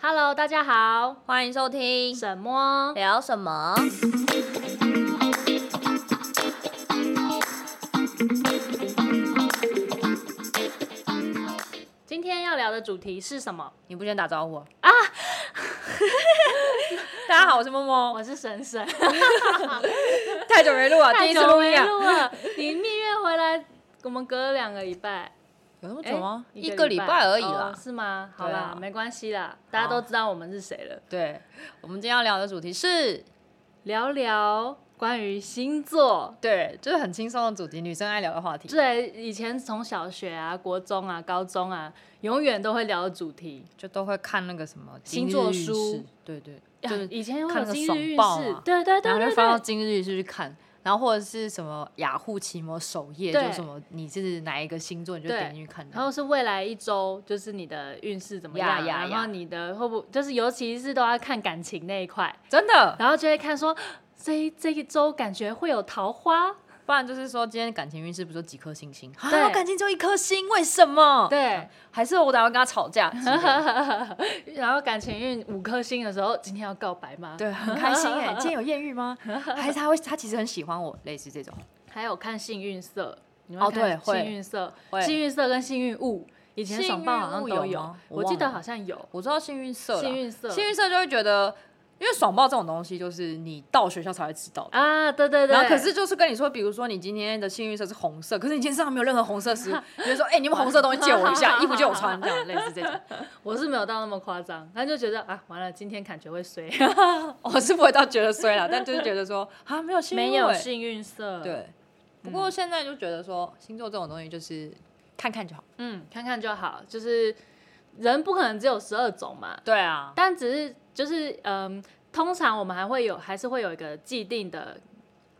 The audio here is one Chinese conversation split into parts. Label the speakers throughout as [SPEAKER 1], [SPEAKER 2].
[SPEAKER 1] Hello，大家好，
[SPEAKER 2] 欢迎收听
[SPEAKER 1] 什么？
[SPEAKER 2] 聊什么？
[SPEAKER 1] 今天要聊的主题是什么？
[SPEAKER 2] 你不先打招呼啊？ 大家好，我是默默，
[SPEAKER 1] 我是神神，
[SPEAKER 2] 太久没录了，第
[SPEAKER 1] 太
[SPEAKER 2] 一次
[SPEAKER 1] 久
[SPEAKER 2] 录音
[SPEAKER 1] 没
[SPEAKER 2] 啊，
[SPEAKER 1] 录了。你蜜月回来，我们隔了两个礼拜，
[SPEAKER 2] 有那么
[SPEAKER 1] 诶
[SPEAKER 2] 久吗？
[SPEAKER 1] 一
[SPEAKER 2] 一个礼拜而已
[SPEAKER 1] 哦
[SPEAKER 2] 啦。
[SPEAKER 1] 是吗？好
[SPEAKER 2] 对
[SPEAKER 1] 啦
[SPEAKER 2] 啊，
[SPEAKER 1] 没关系啦，大家都知道我们是谁了。
[SPEAKER 2] 对，我们今天要聊的主题是，
[SPEAKER 1] 聊聊关于星座。
[SPEAKER 2] 对，就是很轻松的主题，女生爱聊的话题，
[SPEAKER 1] 对，以前从小学啊、国中啊、高中啊，永远都会聊的主题。
[SPEAKER 2] 就都会看那个什么
[SPEAKER 1] 星座
[SPEAKER 2] 今日运
[SPEAKER 1] 书
[SPEAKER 2] 势，对对，
[SPEAKER 1] 啊
[SPEAKER 2] 就是
[SPEAKER 1] 以前会
[SPEAKER 2] 看
[SPEAKER 1] 有
[SPEAKER 2] 那个
[SPEAKER 1] 今
[SPEAKER 2] 爽
[SPEAKER 1] 日运
[SPEAKER 2] 报
[SPEAKER 1] 势
[SPEAKER 2] 嘛，
[SPEAKER 1] 对对
[SPEAKER 2] 然
[SPEAKER 1] 对
[SPEAKER 2] 后就
[SPEAKER 1] 对
[SPEAKER 2] 翻到
[SPEAKER 1] 对，
[SPEAKER 2] 今日运势去看，然后或者是什么雅虎奇摩首页，就
[SPEAKER 1] 对
[SPEAKER 2] 什么你是哪一个星座，你就
[SPEAKER 1] 对
[SPEAKER 2] 点进去看它。
[SPEAKER 1] 然后是未来一周，就是你的运势怎么样
[SPEAKER 2] 呀呀
[SPEAKER 1] 然后
[SPEAKER 2] 呀
[SPEAKER 1] 你的会不就是尤其是都要看感情那一块，
[SPEAKER 2] 真的，
[SPEAKER 1] 然后就会看说这一这一周感觉会有桃花，
[SPEAKER 2] 不然就是说，今天感情运势不是有几颗星星？
[SPEAKER 1] 对
[SPEAKER 2] 啊，我感情只有一颗星，为什么？
[SPEAKER 1] 对，
[SPEAKER 2] 还是我打算跟他吵架之类的？
[SPEAKER 1] 然后感情运五颗星的时候，今天要告白吗？，
[SPEAKER 2] 对，很开心哎、 今天有艳遇吗？还是他会，他其实很喜欢我，类似这种。
[SPEAKER 1] 还有看幸运色，你
[SPEAKER 2] 哦
[SPEAKER 1] 们
[SPEAKER 2] 对
[SPEAKER 1] 看
[SPEAKER 2] 会
[SPEAKER 1] 幸运色，
[SPEAKER 2] 会
[SPEAKER 1] 幸运色跟幸运物，以前爽报好像
[SPEAKER 2] 幸
[SPEAKER 1] 都
[SPEAKER 2] 运物有
[SPEAKER 1] 有
[SPEAKER 2] 吗，我
[SPEAKER 1] 我记得
[SPEAKER 2] 忘了
[SPEAKER 1] 好像有
[SPEAKER 2] 我知道幸运色啦，
[SPEAKER 1] 幸运色
[SPEAKER 2] 幸运色就会觉得，因为爽爆这种东西，就是你到学校才会知道的。
[SPEAKER 1] 啊，对对对，
[SPEAKER 2] 然后可是就是跟你说，比如说你今天的幸运色是红色，可是你今天身上没有任何红 色食物，你就说，哎、你们红色的东西借我一 下，衣服借我穿，这样类似这 种。
[SPEAKER 1] 我是没有到那么夸张，但就觉得啊，完了，今天感觉会衰，
[SPEAKER 2] 我是不会到觉得衰啦，但就是觉得说啊，没有幸运、欸，
[SPEAKER 1] 没有幸运色，，
[SPEAKER 2] 对，不过现在就觉得说星座这种东西就是看看就好。
[SPEAKER 1] 嗯，看看就好，就是人不可能只有十二种嘛，
[SPEAKER 2] 对啊，
[SPEAKER 1] 但只是就是嗯，通常我们还会有还是会有一个既定的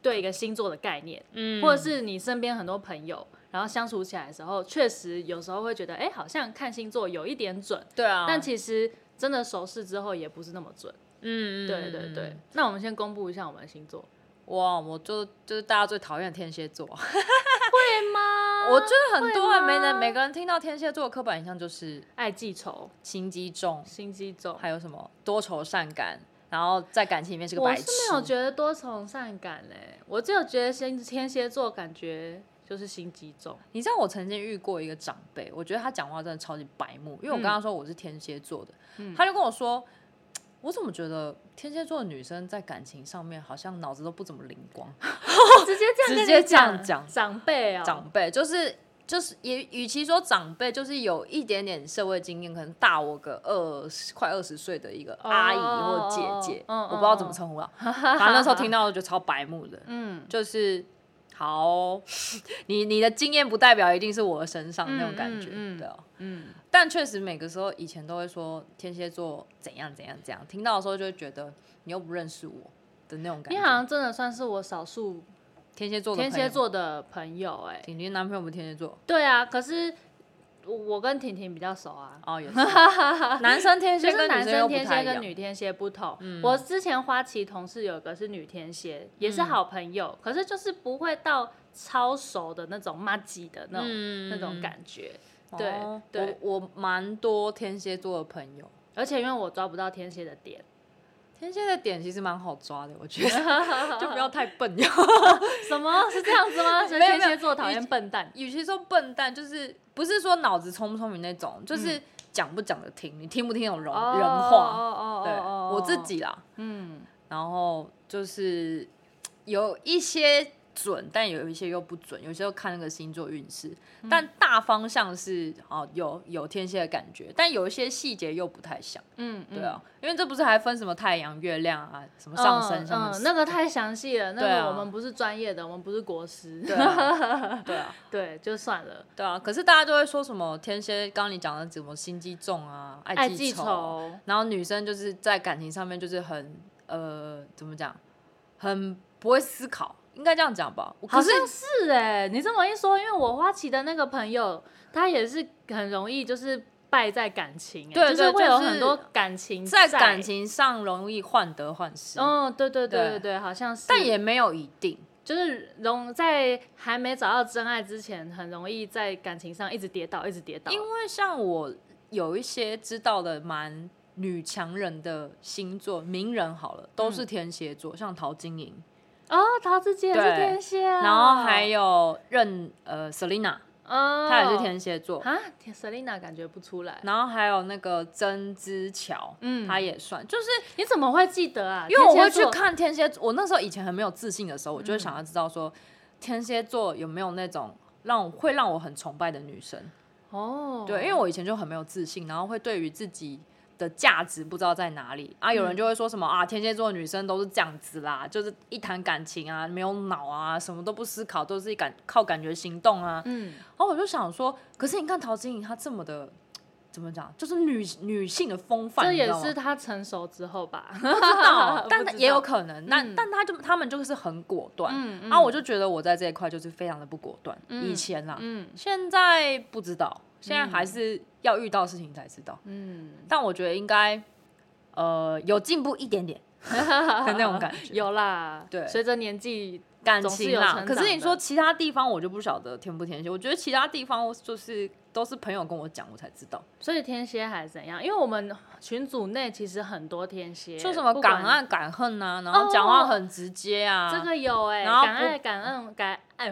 [SPEAKER 1] 对一个星座的概念，
[SPEAKER 2] 嗯
[SPEAKER 1] 或者是你身边很多朋友，然后相处起来的时候，确实有时候会觉得，哎、好像看星座有一点准，
[SPEAKER 2] 对啊，
[SPEAKER 1] 但其实真的熟识之后也不是那么准。
[SPEAKER 2] 嗯
[SPEAKER 1] 对对对，，那我们先公布一下我们的星座，
[SPEAKER 2] 哇，我就就是大家最讨厌的天 蝎座，我
[SPEAKER 1] 对吗？
[SPEAKER 2] 觉得很多
[SPEAKER 1] 会
[SPEAKER 2] 人没人
[SPEAKER 1] 吗
[SPEAKER 2] 每个人听到天蝎座的刻板印象就是
[SPEAKER 1] 爱记仇，
[SPEAKER 2] 心机重，
[SPEAKER 1] 心机重。
[SPEAKER 2] 还有什么多愁善感，然后在感情里面是个白
[SPEAKER 1] 我
[SPEAKER 2] 痴
[SPEAKER 1] 是。没有觉得多愁善感嘞、我只有觉得先天蝎座感觉就是心机重，
[SPEAKER 2] 你知道我曾经遇过一个长辈，我觉得他讲话真的超级白目，因为我
[SPEAKER 1] 嗯
[SPEAKER 2] 跟他说我是天蝎座的，他就跟我说。我怎么觉得天蝎座的女生在感情上面好像脑子都不怎么灵光？
[SPEAKER 1] 直接这样跟
[SPEAKER 2] 哦直接
[SPEAKER 1] 你
[SPEAKER 2] 这样讲
[SPEAKER 1] 长辈啊、
[SPEAKER 2] 长辈就是就是也与其说长辈，就是有一点点社会经验，可能大我个二十快二十岁的一个
[SPEAKER 1] 哦
[SPEAKER 2] 阿姨或姐姐，
[SPEAKER 1] 哦哦哦哦哦哦
[SPEAKER 2] 我不知道怎么称 呼啊。反正那时候听到我就超白目的，
[SPEAKER 1] 嗯，
[SPEAKER 2] 就是好哦， 你你的经验不代表一定是我的身上那种感觉，
[SPEAKER 1] 嗯嗯嗯
[SPEAKER 2] 对啊。
[SPEAKER 1] 嗯，
[SPEAKER 2] 但确实每个时候以前都会说天蝎座怎样怎样怎样，听到的时候就会觉得你又不认识我的那种感
[SPEAKER 1] 你
[SPEAKER 2] 觉。
[SPEAKER 1] 好像真的算是我少数
[SPEAKER 2] 天蝎座的
[SPEAKER 1] 天
[SPEAKER 2] 朋
[SPEAKER 1] 蝎
[SPEAKER 2] 友，
[SPEAKER 1] 座的朋友哎、
[SPEAKER 2] 你你男朋友不是天蝎座？
[SPEAKER 1] 对啊，可是我我跟婷婷比较熟啊。
[SPEAKER 2] 哦，也是，男生天
[SPEAKER 1] 就
[SPEAKER 2] 蝎
[SPEAKER 1] 是
[SPEAKER 2] 跟
[SPEAKER 1] 男
[SPEAKER 2] 女生
[SPEAKER 1] 生
[SPEAKER 2] 又不
[SPEAKER 1] 天
[SPEAKER 2] 太
[SPEAKER 1] 蝎
[SPEAKER 2] 一
[SPEAKER 1] 跟
[SPEAKER 2] 样。嗯
[SPEAKER 1] 女天蝎不同。我之前花旗同事有个是女天蝎，也
[SPEAKER 2] 嗯
[SPEAKER 1] 是好朋友，可是就是不会到超熟的那种妈吉的那种、
[SPEAKER 2] 嗯
[SPEAKER 1] 那种感觉。
[SPEAKER 2] 哦
[SPEAKER 1] 对对，
[SPEAKER 2] 我我蛮多天蝎座的朋友，
[SPEAKER 1] 而且因为我抓不到天蝎的点，
[SPEAKER 2] 天蝎的点其实蛮好抓的，我觉 得 就不要太笨。
[SPEAKER 1] 什么是这样子 吗？所以
[SPEAKER 2] 没有
[SPEAKER 1] 天
[SPEAKER 2] 没有
[SPEAKER 1] 蝎座讨厌笨蛋。
[SPEAKER 2] 与其说笨蛋，就是不是说脑子聪不聪明那种，就是讲不讲得听，你听不听那种人
[SPEAKER 1] 嗯哦
[SPEAKER 2] 人话。
[SPEAKER 1] 哦哦
[SPEAKER 2] 对，
[SPEAKER 1] 哦
[SPEAKER 2] 我自，己啦，
[SPEAKER 1] 嗯，
[SPEAKER 2] 然后就是有一些准，但有一些又不准，有些又看那个星座运势，
[SPEAKER 1] 嗯
[SPEAKER 2] 但大方向是哦有有天蝎的感觉，但有一些细节又不太像，
[SPEAKER 1] 嗯，
[SPEAKER 2] 对啊，因为这不是还分什么太阳、月亮啊，什么上升
[SPEAKER 1] 嗯
[SPEAKER 2] 什么、
[SPEAKER 1] 嗯，那个太详细了，那
[SPEAKER 2] 对
[SPEAKER 1] 个
[SPEAKER 2] 啊
[SPEAKER 1] 我们不是专业的，我们不是国师，
[SPEAKER 2] 对啊，对啊，
[SPEAKER 1] 对，就算了。
[SPEAKER 2] 对啊，可是大家都会说什么天蝎，刚刚你讲的什么心机重啊，
[SPEAKER 1] 爱
[SPEAKER 2] 爱
[SPEAKER 1] 记
[SPEAKER 2] 仇，
[SPEAKER 1] 仇，
[SPEAKER 2] 然后女生就是在感情上面就是很呃怎么讲，很不会思考，应该这样讲吧？
[SPEAKER 1] 好
[SPEAKER 2] 可是
[SPEAKER 1] 像是哎、你这么一说，因为我花旗的那个朋友，他也是很容易就是败在感情、欸，
[SPEAKER 2] 对
[SPEAKER 1] 就
[SPEAKER 2] 对
[SPEAKER 1] 是会有
[SPEAKER 2] 就是
[SPEAKER 1] 很多感情
[SPEAKER 2] 在感，情上容易患得患失，
[SPEAKER 1] 嗯，对对对
[SPEAKER 2] 对
[SPEAKER 1] 对对，好像是，
[SPEAKER 2] 但也没有一定。
[SPEAKER 1] 就是容在还没找到真爱之前，很容易在感情上一直跌倒，一直跌倒，
[SPEAKER 2] 因为像我有一些知道的蛮女强人的星座名人好了，都
[SPEAKER 1] 嗯
[SPEAKER 2] 是天蝎座，像陶晶莹，
[SPEAKER 1] 哦，桃子姐也是
[SPEAKER 2] 对
[SPEAKER 1] 天蝎哦、
[SPEAKER 2] 然后还有任呃 Selina，
[SPEAKER 1] 哦，
[SPEAKER 2] 她也是天蝎座，
[SPEAKER 1] 啊天，Selina 感觉不出来，
[SPEAKER 2] 然后还有那个曾之乔，
[SPEAKER 1] 嗯
[SPEAKER 2] 她也算，就是
[SPEAKER 1] 你怎么会记得啊？
[SPEAKER 2] 因为我会
[SPEAKER 1] 天蝎
[SPEAKER 2] 去
[SPEAKER 1] 座，
[SPEAKER 2] 看天蝎，我那时候以前很没有自信的时候，
[SPEAKER 1] 嗯
[SPEAKER 2] 我就会想要知道说天蝎座有没有那种让我会让我很崇拜的女生。
[SPEAKER 1] 哦，
[SPEAKER 2] 对，因为我以前就很没有自信，然后会对于自己的价值不知道在哪里啊。
[SPEAKER 1] 嗯
[SPEAKER 2] 有人就会说什么、啊，天蝎座的女生都是这样子啦，就是一谈感情啊，没有脑啊，什么都不思考，都是一感靠感觉行动啊。
[SPEAKER 1] 嗯，
[SPEAKER 2] 然后我就想说，可是你看陶晶莹她这么的。怎么讲？就是女女性的风范，
[SPEAKER 1] 这
[SPEAKER 2] 你知
[SPEAKER 1] 也
[SPEAKER 2] 道吗嗯
[SPEAKER 1] 是她成熟之后吧，，
[SPEAKER 2] 不知道但
[SPEAKER 1] 不
[SPEAKER 2] 他
[SPEAKER 1] 知
[SPEAKER 2] 也有
[SPEAKER 1] 道
[SPEAKER 2] 可能。那、
[SPEAKER 1] 嗯
[SPEAKER 2] 但他就他们就是很果断，
[SPEAKER 1] 嗯 嗯
[SPEAKER 2] 啊，我就觉得我在这一块就是非常的不果断。以前啦，
[SPEAKER 1] 嗯
[SPEAKER 2] 现在不知道，现在还是要遇到事情才知道。
[SPEAKER 1] 嗯，
[SPEAKER 2] 但我觉得应该呃有进步一点 点的那种感觉，
[SPEAKER 1] 有啦，
[SPEAKER 2] 对
[SPEAKER 1] 随着年纪，
[SPEAKER 2] 感
[SPEAKER 1] 总是
[SPEAKER 2] 情
[SPEAKER 1] 有
[SPEAKER 2] 啦。
[SPEAKER 1] 成
[SPEAKER 2] 可
[SPEAKER 1] 长
[SPEAKER 2] 是你
[SPEAKER 1] 的
[SPEAKER 2] 说其他地方，我就不晓得天不天蝎。我觉得其他地方就是都是朋友跟我讲，我才知道。
[SPEAKER 1] 所以天蝎还怎样？因为我们群组内其实很多天蝎，
[SPEAKER 2] 就什么
[SPEAKER 1] 不管
[SPEAKER 2] 敢爱敢恨啊，然后讲
[SPEAKER 1] 哦
[SPEAKER 2] 话很直接啊，
[SPEAKER 1] 这个有哎，
[SPEAKER 2] 然后
[SPEAKER 1] 敢
[SPEAKER 2] 不
[SPEAKER 1] 爱敢恩敢爱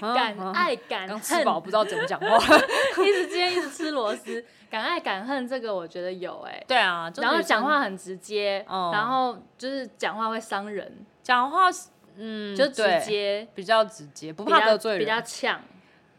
[SPEAKER 2] 嗯
[SPEAKER 1] 敢
[SPEAKER 2] 嗯
[SPEAKER 1] 爱敢
[SPEAKER 2] 刚吃
[SPEAKER 1] 恨，
[SPEAKER 2] 饱不知道怎么讲 话。
[SPEAKER 1] 一直今天一直吃螺丝，敢爱敢恨这个我觉得有哎，
[SPEAKER 2] 对啊，就
[SPEAKER 1] 然后
[SPEAKER 2] 女生
[SPEAKER 1] 讲话很直接，
[SPEAKER 2] 哦
[SPEAKER 1] 然后就是讲话会伤人，
[SPEAKER 2] 讲话是，嗯，
[SPEAKER 1] 就直
[SPEAKER 2] 对，
[SPEAKER 1] 接，
[SPEAKER 2] 比较直接，不
[SPEAKER 1] 比
[SPEAKER 2] 怕
[SPEAKER 1] 较
[SPEAKER 2] 得罪人，
[SPEAKER 1] 比较呛，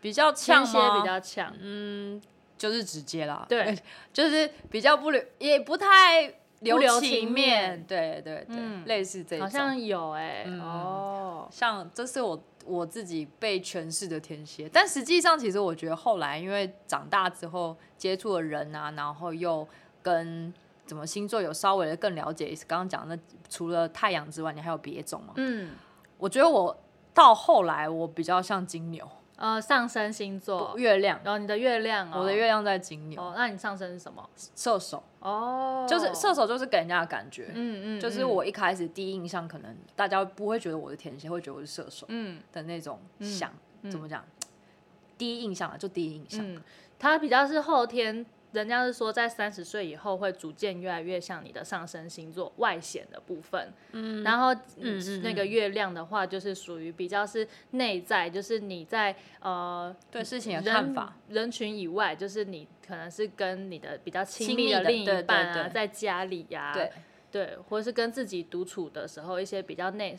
[SPEAKER 2] 比较
[SPEAKER 1] 天
[SPEAKER 2] 呛
[SPEAKER 1] 蝎
[SPEAKER 2] 吗
[SPEAKER 1] 比较呛，
[SPEAKER 2] 嗯，就是直接啦，
[SPEAKER 1] 对，
[SPEAKER 2] 就是比较不留，也不太
[SPEAKER 1] 不留
[SPEAKER 2] 情
[SPEAKER 1] 情面
[SPEAKER 2] 对对对，
[SPEAKER 1] 嗯
[SPEAKER 2] 类似这种，
[SPEAKER 1] 好像有哎，
[SPEAKER 2] 嗯
[SPEAKER 1] 哦，
[SPEAKER 2] 像这是我我自己被诠释的天蝎，但实际上其实我觉得后来因为长大之后接触了人啊，然后又跟怎么星座有稍微的更了解，刚刚讲的那除了太阳之外，你还有别种吗？
[SPEAKER 1] 嗯，
[SPEAKER 2] 我觉得我到后来我比较像金牛，
[SPEAKER 1] 呃，上升星座，
[SPEAKER 2] 月亮，
[SPEAKER 1] 然后你的月亮哦，
[SPEAKER 2] 我的月亮在金牛，
[SPEAKER 1] 哦，那你上升是什么？
[SPEAKER 2] 射手
[SPEAKER 1] 哦，
[SPEAKER 2] 就是射，手就是给人家的感觉，
[SPEAKER 1] 嗯嗯，
[SPEAKER 2] 就是我一开始第一印象可能大家不会觉得我的天蝎，会觉得我是射手
[SPEAKER 1] 嗯，
[SPEAKER 2] 的那种想，
[SPEAKER 1] 嗯
[SPEAKER 2] 怎么讲？第一印象啊，就第一印象，
[SPEAKER 1] 嗯嗯，他比较是后天。人家是说，在三十岁以后会逐渐越来越像你的上升星座外显的部分，嗯，然后
[SPEAKER 2] 嗯嗯
[SPEAKER 1] 那个月亮的话，就是属于比较是内在，就是你在呃
[SPEAKER 2] 对事情的
[SPEAKER 1] 人
[SPEAKER 2] 看法，
[SPEAKER 1] 人群以外，就是你可能是跟你的比较亲
[SPEAKER 2] 亲
[SPEAKER 1] 密
[SPEAKER 2] 密
[SPEAKER 1] 的
[SPEAKER 2] 的
[SPEAKER 1] 另一
[SPEAKER 2] 对对
[SPEAKER 1] 半啊，
[SPEAKER 2] 对
[SPEAKER 1] 在家里呀、
[SPEAKER 2] 对，
[SPEAKER 1] 对，或者是跟自己独处的时候一些比较内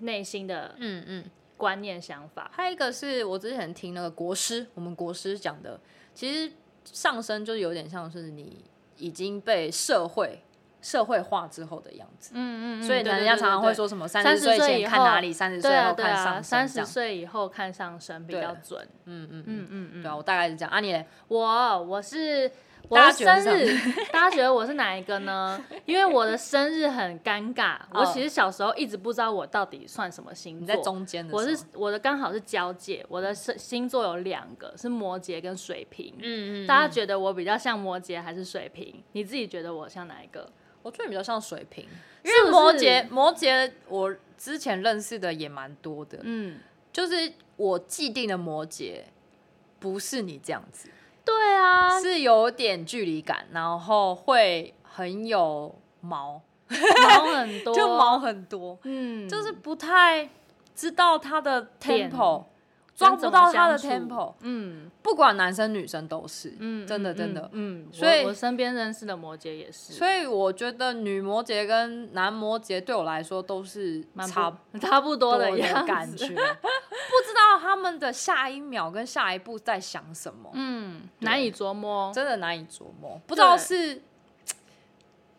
[SPEAKER 1] 内心的
[SPEAKER 2] 嗯嗯。
[SPEAKER 1] 观念想法。
[SPEAKER 2] 还有一个是我之前听那个国师，我们国师讲的，其实上升就有点像是你已经被社会社会化之后的样子，
[SPEAKER 1] 嗯嗯
[SPEAKER 2] 所以人家常常会说什么三
[SPEAKER 1] 30
[SPEAKER 2] 十岁
[SPEAKER 1] 岁以
[SPEAKER 2] 前看
[SPEAKER 1] 后
[SPEAKER 2] 哪里，三十
[SPEAKER 1] 对
[SPEAKER 2] 岁
[SPEAKER 1] 啊
[SPEAKER 2] 后
[SPEAKER 1] 对
[SPEAKER 2] 看
[SPEAKER 1] 啊，
[SPEAKER 2] 上升
[SPEAKER 1] 三
[SPEAKER 2] 这
[SPEAKER 1] 十
[SPEAKER 2] 样。
[SPEAKER 1] 岁以后看上升比较准。
[SPEAKER 2] 嗯嗯嗯，
[SPEAKER 1] 嗯嗯嗯，
[SPEAKER 2] 对啊，我大概是这样。啊，你嘞
[SPEAKER 1] 我我是我
[SPEAKER 2] 大
[SPEAKER 1] 的
[SPEAKER 2] 家觉得
[SPEAKER 1] 生
[SPEAKER 2] 是
[SPEAKER 1] 日， 大家觉得我是哪一个 呢？因为我的生日很尴尬，我
[SPEAKER 2] 哦
[SPEAKER 1] 其实小时候一直不知道我到底算什么星
[SPEAKER 2] 你
[SPEAKER 1] 座
[SPEAKER 2] 在。中间的时候，
[SPEAKER 1] 我是我的刚好是交界，我的是星座有两个是摩羯跟水瓶。
[SPEAKER 2] 嗯嗯，
[SPEAKER 1] 大家觉得我比较像摩羯还是水瓶？你自己觉得我像哪一个？
[SPEAKER 2] 我觉得你比较像水瓶，因
[SPEAKER 1] 是不是
[SPEAKER 2] 为摩羯摩羯我之前认识的也蛮多的，
[SPEAKER 1] 嗯，
[SPEAKER 2] 就是我既定的摩羯不是你这样子。
[SPEAKER 1] 对啊，
[SPEAKER 2] 是有点距离感，然后会很有毛，
[SPEAKER 1] 毛很多，
[SPEAKER 2] 就，毛很多，
[SPEAKER 1] 嗯，
[SPEAKER 2] 就是不太知道他的
[SPEAKER 1] 点
[SPEAKER 2] tempo，
[SPEAKER 1] 跟
[SPEAKER 2] 抓不
[SPEAKER 1] 怎么
[SPEAKER 2] 到他的
[SPEAKER 1] 相处
[SPEAKER 2] tempo，
[SPEAKER 1] 嗯
[SPEAKER 2] 不管男生女生都是，
[SPEAKER 1] 嗯，
[SPEAKER 2] 真的
[SPEAKER 1] 嗯
[SPEAKER 2] 真的。
[SPEAKER 1] 嗯，嗯
[SPEAKER 2] 所以
[SPEAKER 1] 我我身边认识的摩羯也是，
[SPEAKER 2] 所以我觉得女摩羯跟男摩羯对我来说都是
[SPEAKER 1] 蛮不
[SPEAKER 2] 差不
[SPEAKER 1] 差不多
[SPEAKER 2] 多
[SPEAKER 1] 的
[SPEAKER 2] 的
[SPEAKER 1] 样子
[SPEAKER 2] 感觉，不知道他们的下一秒跟下一步在想什么。
[SPEAKER 1] 嗯，
[SPEAKER 2] 对
[SPEAKER 1] 难以琢磨，
[SPEAKER 2] 真的难以琢磨，不知道
[SPEAKER 1] 对
[SPEAKER 2] 是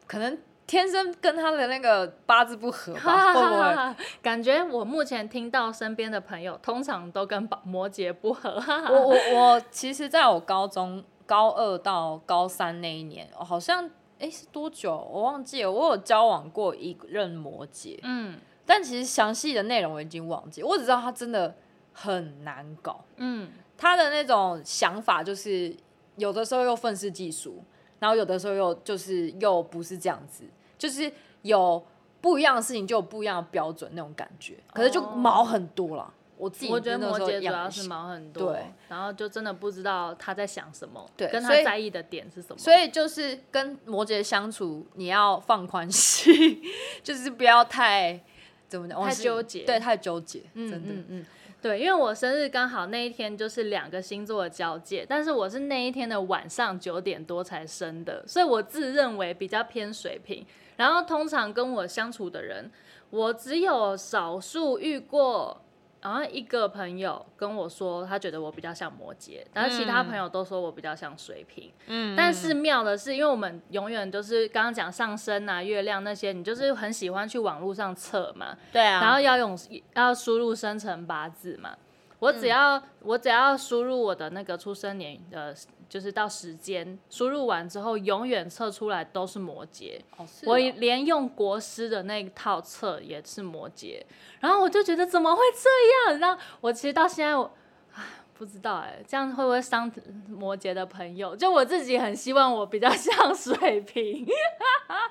[SPEAKER 2] 可能天生跟他的那个八字不 合吧，会不会？
[SPEAKER 1] 感觉我目前听到身边的朋友，通常都跟宝摩羯不合，
[SPEAKER 2] 我我我其实在我高中高二到高三那一年，我好像诶是多久我忘记了，我有交往过一任摩羯，
[SPEAKER 1] 嗯
[SPEAKER 2] 但其实详细的内容我已经忘记，我只知道他真的很难搞，
[SPEAKER 1] 嗯，
[SPEAKER 2] 他的那种想法就是有的时候又愤世嫉俗，然后有的时候又就是又不是这样子，就是有不一样的事情就有不一样的标准那种感觉，可是就
[SPEAKER 1] 哦
[SPEAKER 2] 毛很多啦。我自己
[SPEAKER 1] 我觉得
[SPEAKER 2] 那
[SPEAKER 1] 摩
[SPEAKER 2] 时候
[SPEAKER 1] 羯主
[SPEAKER 2] 养
[SPEAKER 1] 要是毛很多，
[SPEAKER 2] 对
[SPEAKER 1] 然后就真的不知道他在想什么，
[SPEAKER 2] 对
[SPEAKER 1] 跟他
[SPEAKER 2] 所以
[SPEAKER 1] 在意的点是什么。
[SPEAKER 2] 所以就是跟摩羯相处，你要放宽心， 就是不要太怎么讲，
[SPEAKER 1] 太
[SPEAKER 2] 我是
[SPEAKER 1] 纠结
[SPEAKER 2] 对，太纠结，
[SPEAKER 1] 嗯
[SPEAKER 2] 真的。
[SPEAKER 1] 嗯嗯，对，因为我生日刚好那一天就是两个星座的交界，但是我是那一天的晚上九点多才生的，所以我自认为比较偏水瓶。然后通常跟我相处的人，我只有少数遇过。好像一个朋友跟我说，他觉得我比较像摩羯，但是其他朋友都说我比较像水瓶。
[SPEAKER 2] 嗯
[SPEAKER 1] 但是妙的是，因为我们永远都是刚刚讲上升啊、月亮那些，你就是很喜欢去网络上测嘛，
[SPEAKER 2] 对啊
[SPEAKER 1] 然后要用要输入生辰八字嘛。我
[SPEAKER 2] 嗯
[SPEAKER 1] 只要、我只要输入我的那个出生年的，就是到时间，输入完之后，永远测出来都是摩羯。
[SPEAKER 2] 哦是
[SPEAKER 1] 我
[SPEAKER 2] 哦
[SPEAKER 1] 连用国师的那一套测也是摩羯，然后我就觉得怎么会这样？然后我其实到现在我。唉不知道哎、这样会不会伤摩羯的朋友？就我自己很希望我比较 像水瓶，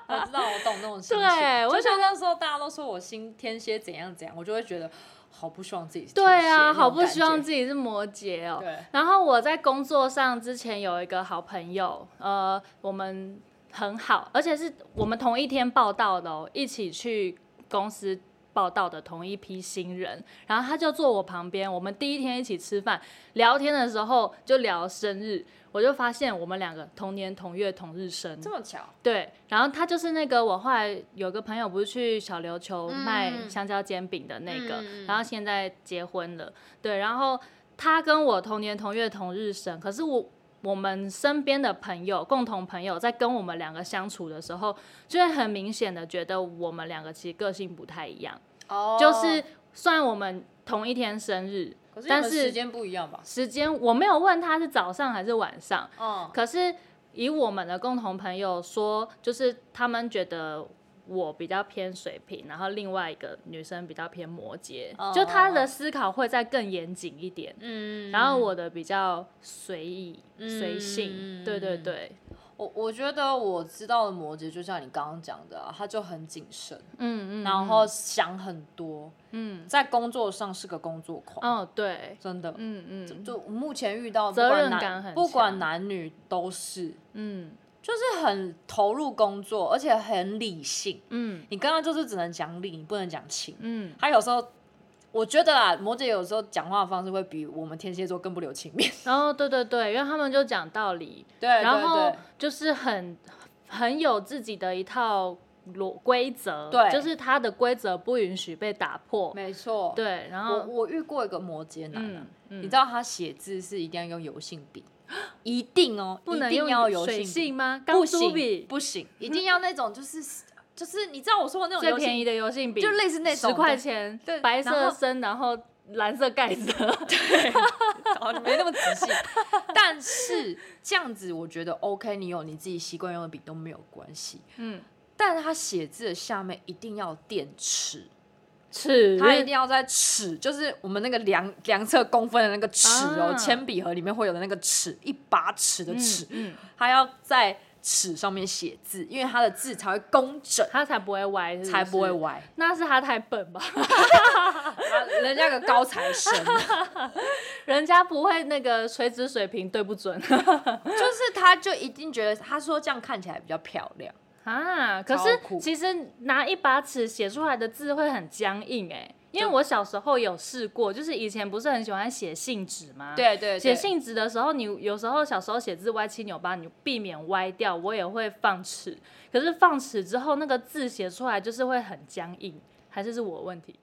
[SPEAKER 2] 我知道，我懂那种心情。
[SPEAKER 1] 对我
[SPEAKER 2] 就
[SPEAKER 1] 觉
[SPEAKER 2] 像那时候大家都说我星天蝎怎样怎样，我就会觉得好不希望自己是天
[SPEAKER 1] 对
[SPEAKER 2] 蝎
[SPEAKER 1] 啊，
[SPEAKER 2] 那种
[SPEAKER 1] 好不
[SPEAKER 2] 感
[SPEAKER 1] 希望
[SPEAKER 2] 觉
[SPEAKER 1] 自己是摩羯哦、
[SPEAKER 2] 对
[SPEAKER 1] 然后我在工作上之前有一个好朋友，呃，我们很好，而且是我们同一天报道的哦，一起去公司报道的同一批新人。然后他就坐我旁边，我们第一天一起吃饭聊天的时候就聊生日，我就发现我们两个同年同月同日生。
[SPEAKER 2] 这么巧，
[SPEAKER 1] 对，然后他就是那个我后来有个朋友不是去小琉球卖
[SPEAKER 2] 嗯
[SPEAKER 1] 香蕉煎饼的那个，
[SPEAKER 2] 嗯嗯
[SPEAKER 1] 然后现在结婚了，对，然后他跟我同年同月同日生，可是我我们身边的朋友共同朋友在跟我们两个相处的时候，就会很明显的觉得我们两个其实个性不太一样，
[SPEAKER 2] 哦
[SPEAKER 1] 就是虽然我们同一天生日，
[SPEAKER 2] 可是你
[SPEAKER 1] 但
[SPEAKER 2] 们
[SPEAKER 1] 是
[SPEAKER 2] 时间不一样吧？
[SPEAKER 1] 时间我没有问他是早上还是晚上，
[SPEAKER 2] 嗯，
[SPEAKER 1] 可是以我们的共同朋友说，就是他们觉得我比较偏水瓶，然后另外一个女生比较偏摩羯，
[SPEAKER 2] 哦
[SPEAKER 1] 就她的思考会再更严谨一点，
[SPEAKER 2] 嗯
[SPEAKER 1] 然后我的比较随意、
[SPEAKER 2] 嗯
[SPEAKER 1] 随性，对对对，
[SPEAKER 2] 我我觉得我知道的摩羯，就像你刚刚讲的啊、他就很谨慎，
[SPEAKER 1] 嗯嗯，
[SPEAKER 2] 然后想很多，
[SPEAKER 1] 嗯，
[SPEAKER 2] 在工作上是个工作狂，
[SPEAKER 1] 哦对，
[SPEAKER 2] 真的。
[SPEAKER 1] 嗯嗯
[SPEAKER 2] 就我目前遇到，不
[SPEAKER 1] 责任
[SPEAKER 2] 管
[SPEAKER 1] 感很
[SPEAKER 2] 男不管
[SPEAKER 1] 强
[SPEAKER 2] 男女都是，
[SPEAKER 1] 嗯
[SPEAKER 2] 就是很投入工作，而且很理性。
[SPEAKER 1] 嗯
[SPEAKER 2] 你刚刚就是只能讲理，你不能讲情。
[SPEAKER 1] 嗯，
[SPEAKER 2] 他有时候，我觉得啊，摩羯有时候讲话的方式会比我们天蝎座更不留情面。
[SPEAKER 1] 然后对对对，因为他们就讲道理，
[SPEAKER 2] 对，
[SPEAKER 1] 然后
[SPEAKER 2] 对
[SPEAKER 1] 就是很很有自己的一套逻规则，
[SPEAKER 2] 对
[SPEAKER 1] 就是他的规则不允许被打破
[SPEAKER 2] 对，没错。
[SPEAKER 1] 对，然
[SPEAKER 2] 我
[SPEAKER 1] 后
[SPEAKER 2] 我遇过一个摩羯男、啊
[SPEAKER 1] 嗯，嗯，
[SPEAKER 2] 你知道他写字是一定要用油性 笔，一定哦，
[SPEAKER 1] 不能
[SPEAKER 2] 一定
[SPEAKER 1] 用
[SPEAKER 2] 要油
[SPEAKER 1] 水
[SPEAKER 2] 性笔，
[SPEAKER 1] 性吗？
[SPEAKER 2] 不
[SPEAKER 1] 钢珠
[SPEAKER 2] 行
[SPEAKER 1] 笔
[SPEAKER 2] 不行，一定要那种就是就是你知道我说的那种
[SPEAKER 1] 最
[SPEAKER 2] 油性
[SPEAKER 1] 便宜的油性笔，
[SPEAKER 2] 就类似那种
[SPEAKER 1] 十块 钱
[SPEAKER 2] 对，
[SPEAKER 1] 白色
[SPEAKER 2] 然后
[SPEAKER 1] 身，然后蓝色盖 子，
[SPEAKER 2] 哦，你没那么仔细。但是这样子，我觉得 OK，你有你自己习惯用的笔都没有关系。
[SPEAKER 1] 嗯，
[SPEAKER 2] 但是他写字的下面一定要垫尺，
[SPEAKER 1] 尺
[SPEAKER 2] 他一定要在尺，就是我们那个量量测公分的那个尺哦
[SPEAKER 1] 啊，
[SPEAKER 2] 铅笔盒里面会有的那个尺，一把尺的尺，
[SPEAKER 1] 嗯，嗯
[SPEAKER 2] 他要在尺上面写字，因为他的字才会工整，
[SPEAKER 1] 他才不会歪，是
[SPEAKER 2] 才不会
[SPEAKER 1] 是。
[SPEAKER 2] 歪。
[SPEAKER 1] 那是他太笨吧，
[SPEAKER 2] 他人家个高材生，
[SPEAKER 1] 人家不会那个垂直水平对不准
[SPEAKER 2] 就是他就一定觉得他说这样看起来比较漂亮。
[SPEAKER 1] 啊。可
[SPEAKER 2] 超
[SPEAKER 1] 是
[SPEAKER 2] 酷
[SPEAKER 1] 其实拿一把尺写出来的字会很僵硬哎、因为
[SPEAKER 2] 就
[SPEAKER 1] 我小时候有试过，就是以前不是很喜欢写信纸吗？
[SPEAKER 2] 对对对，
[SPEAKER 1] 写信纸的时候，你有时候小时候写字歪七扭八，你避免歪掉，我也会放尺。可是放尺之后，那个字写出来就是会很僵硬，还是是我的问题？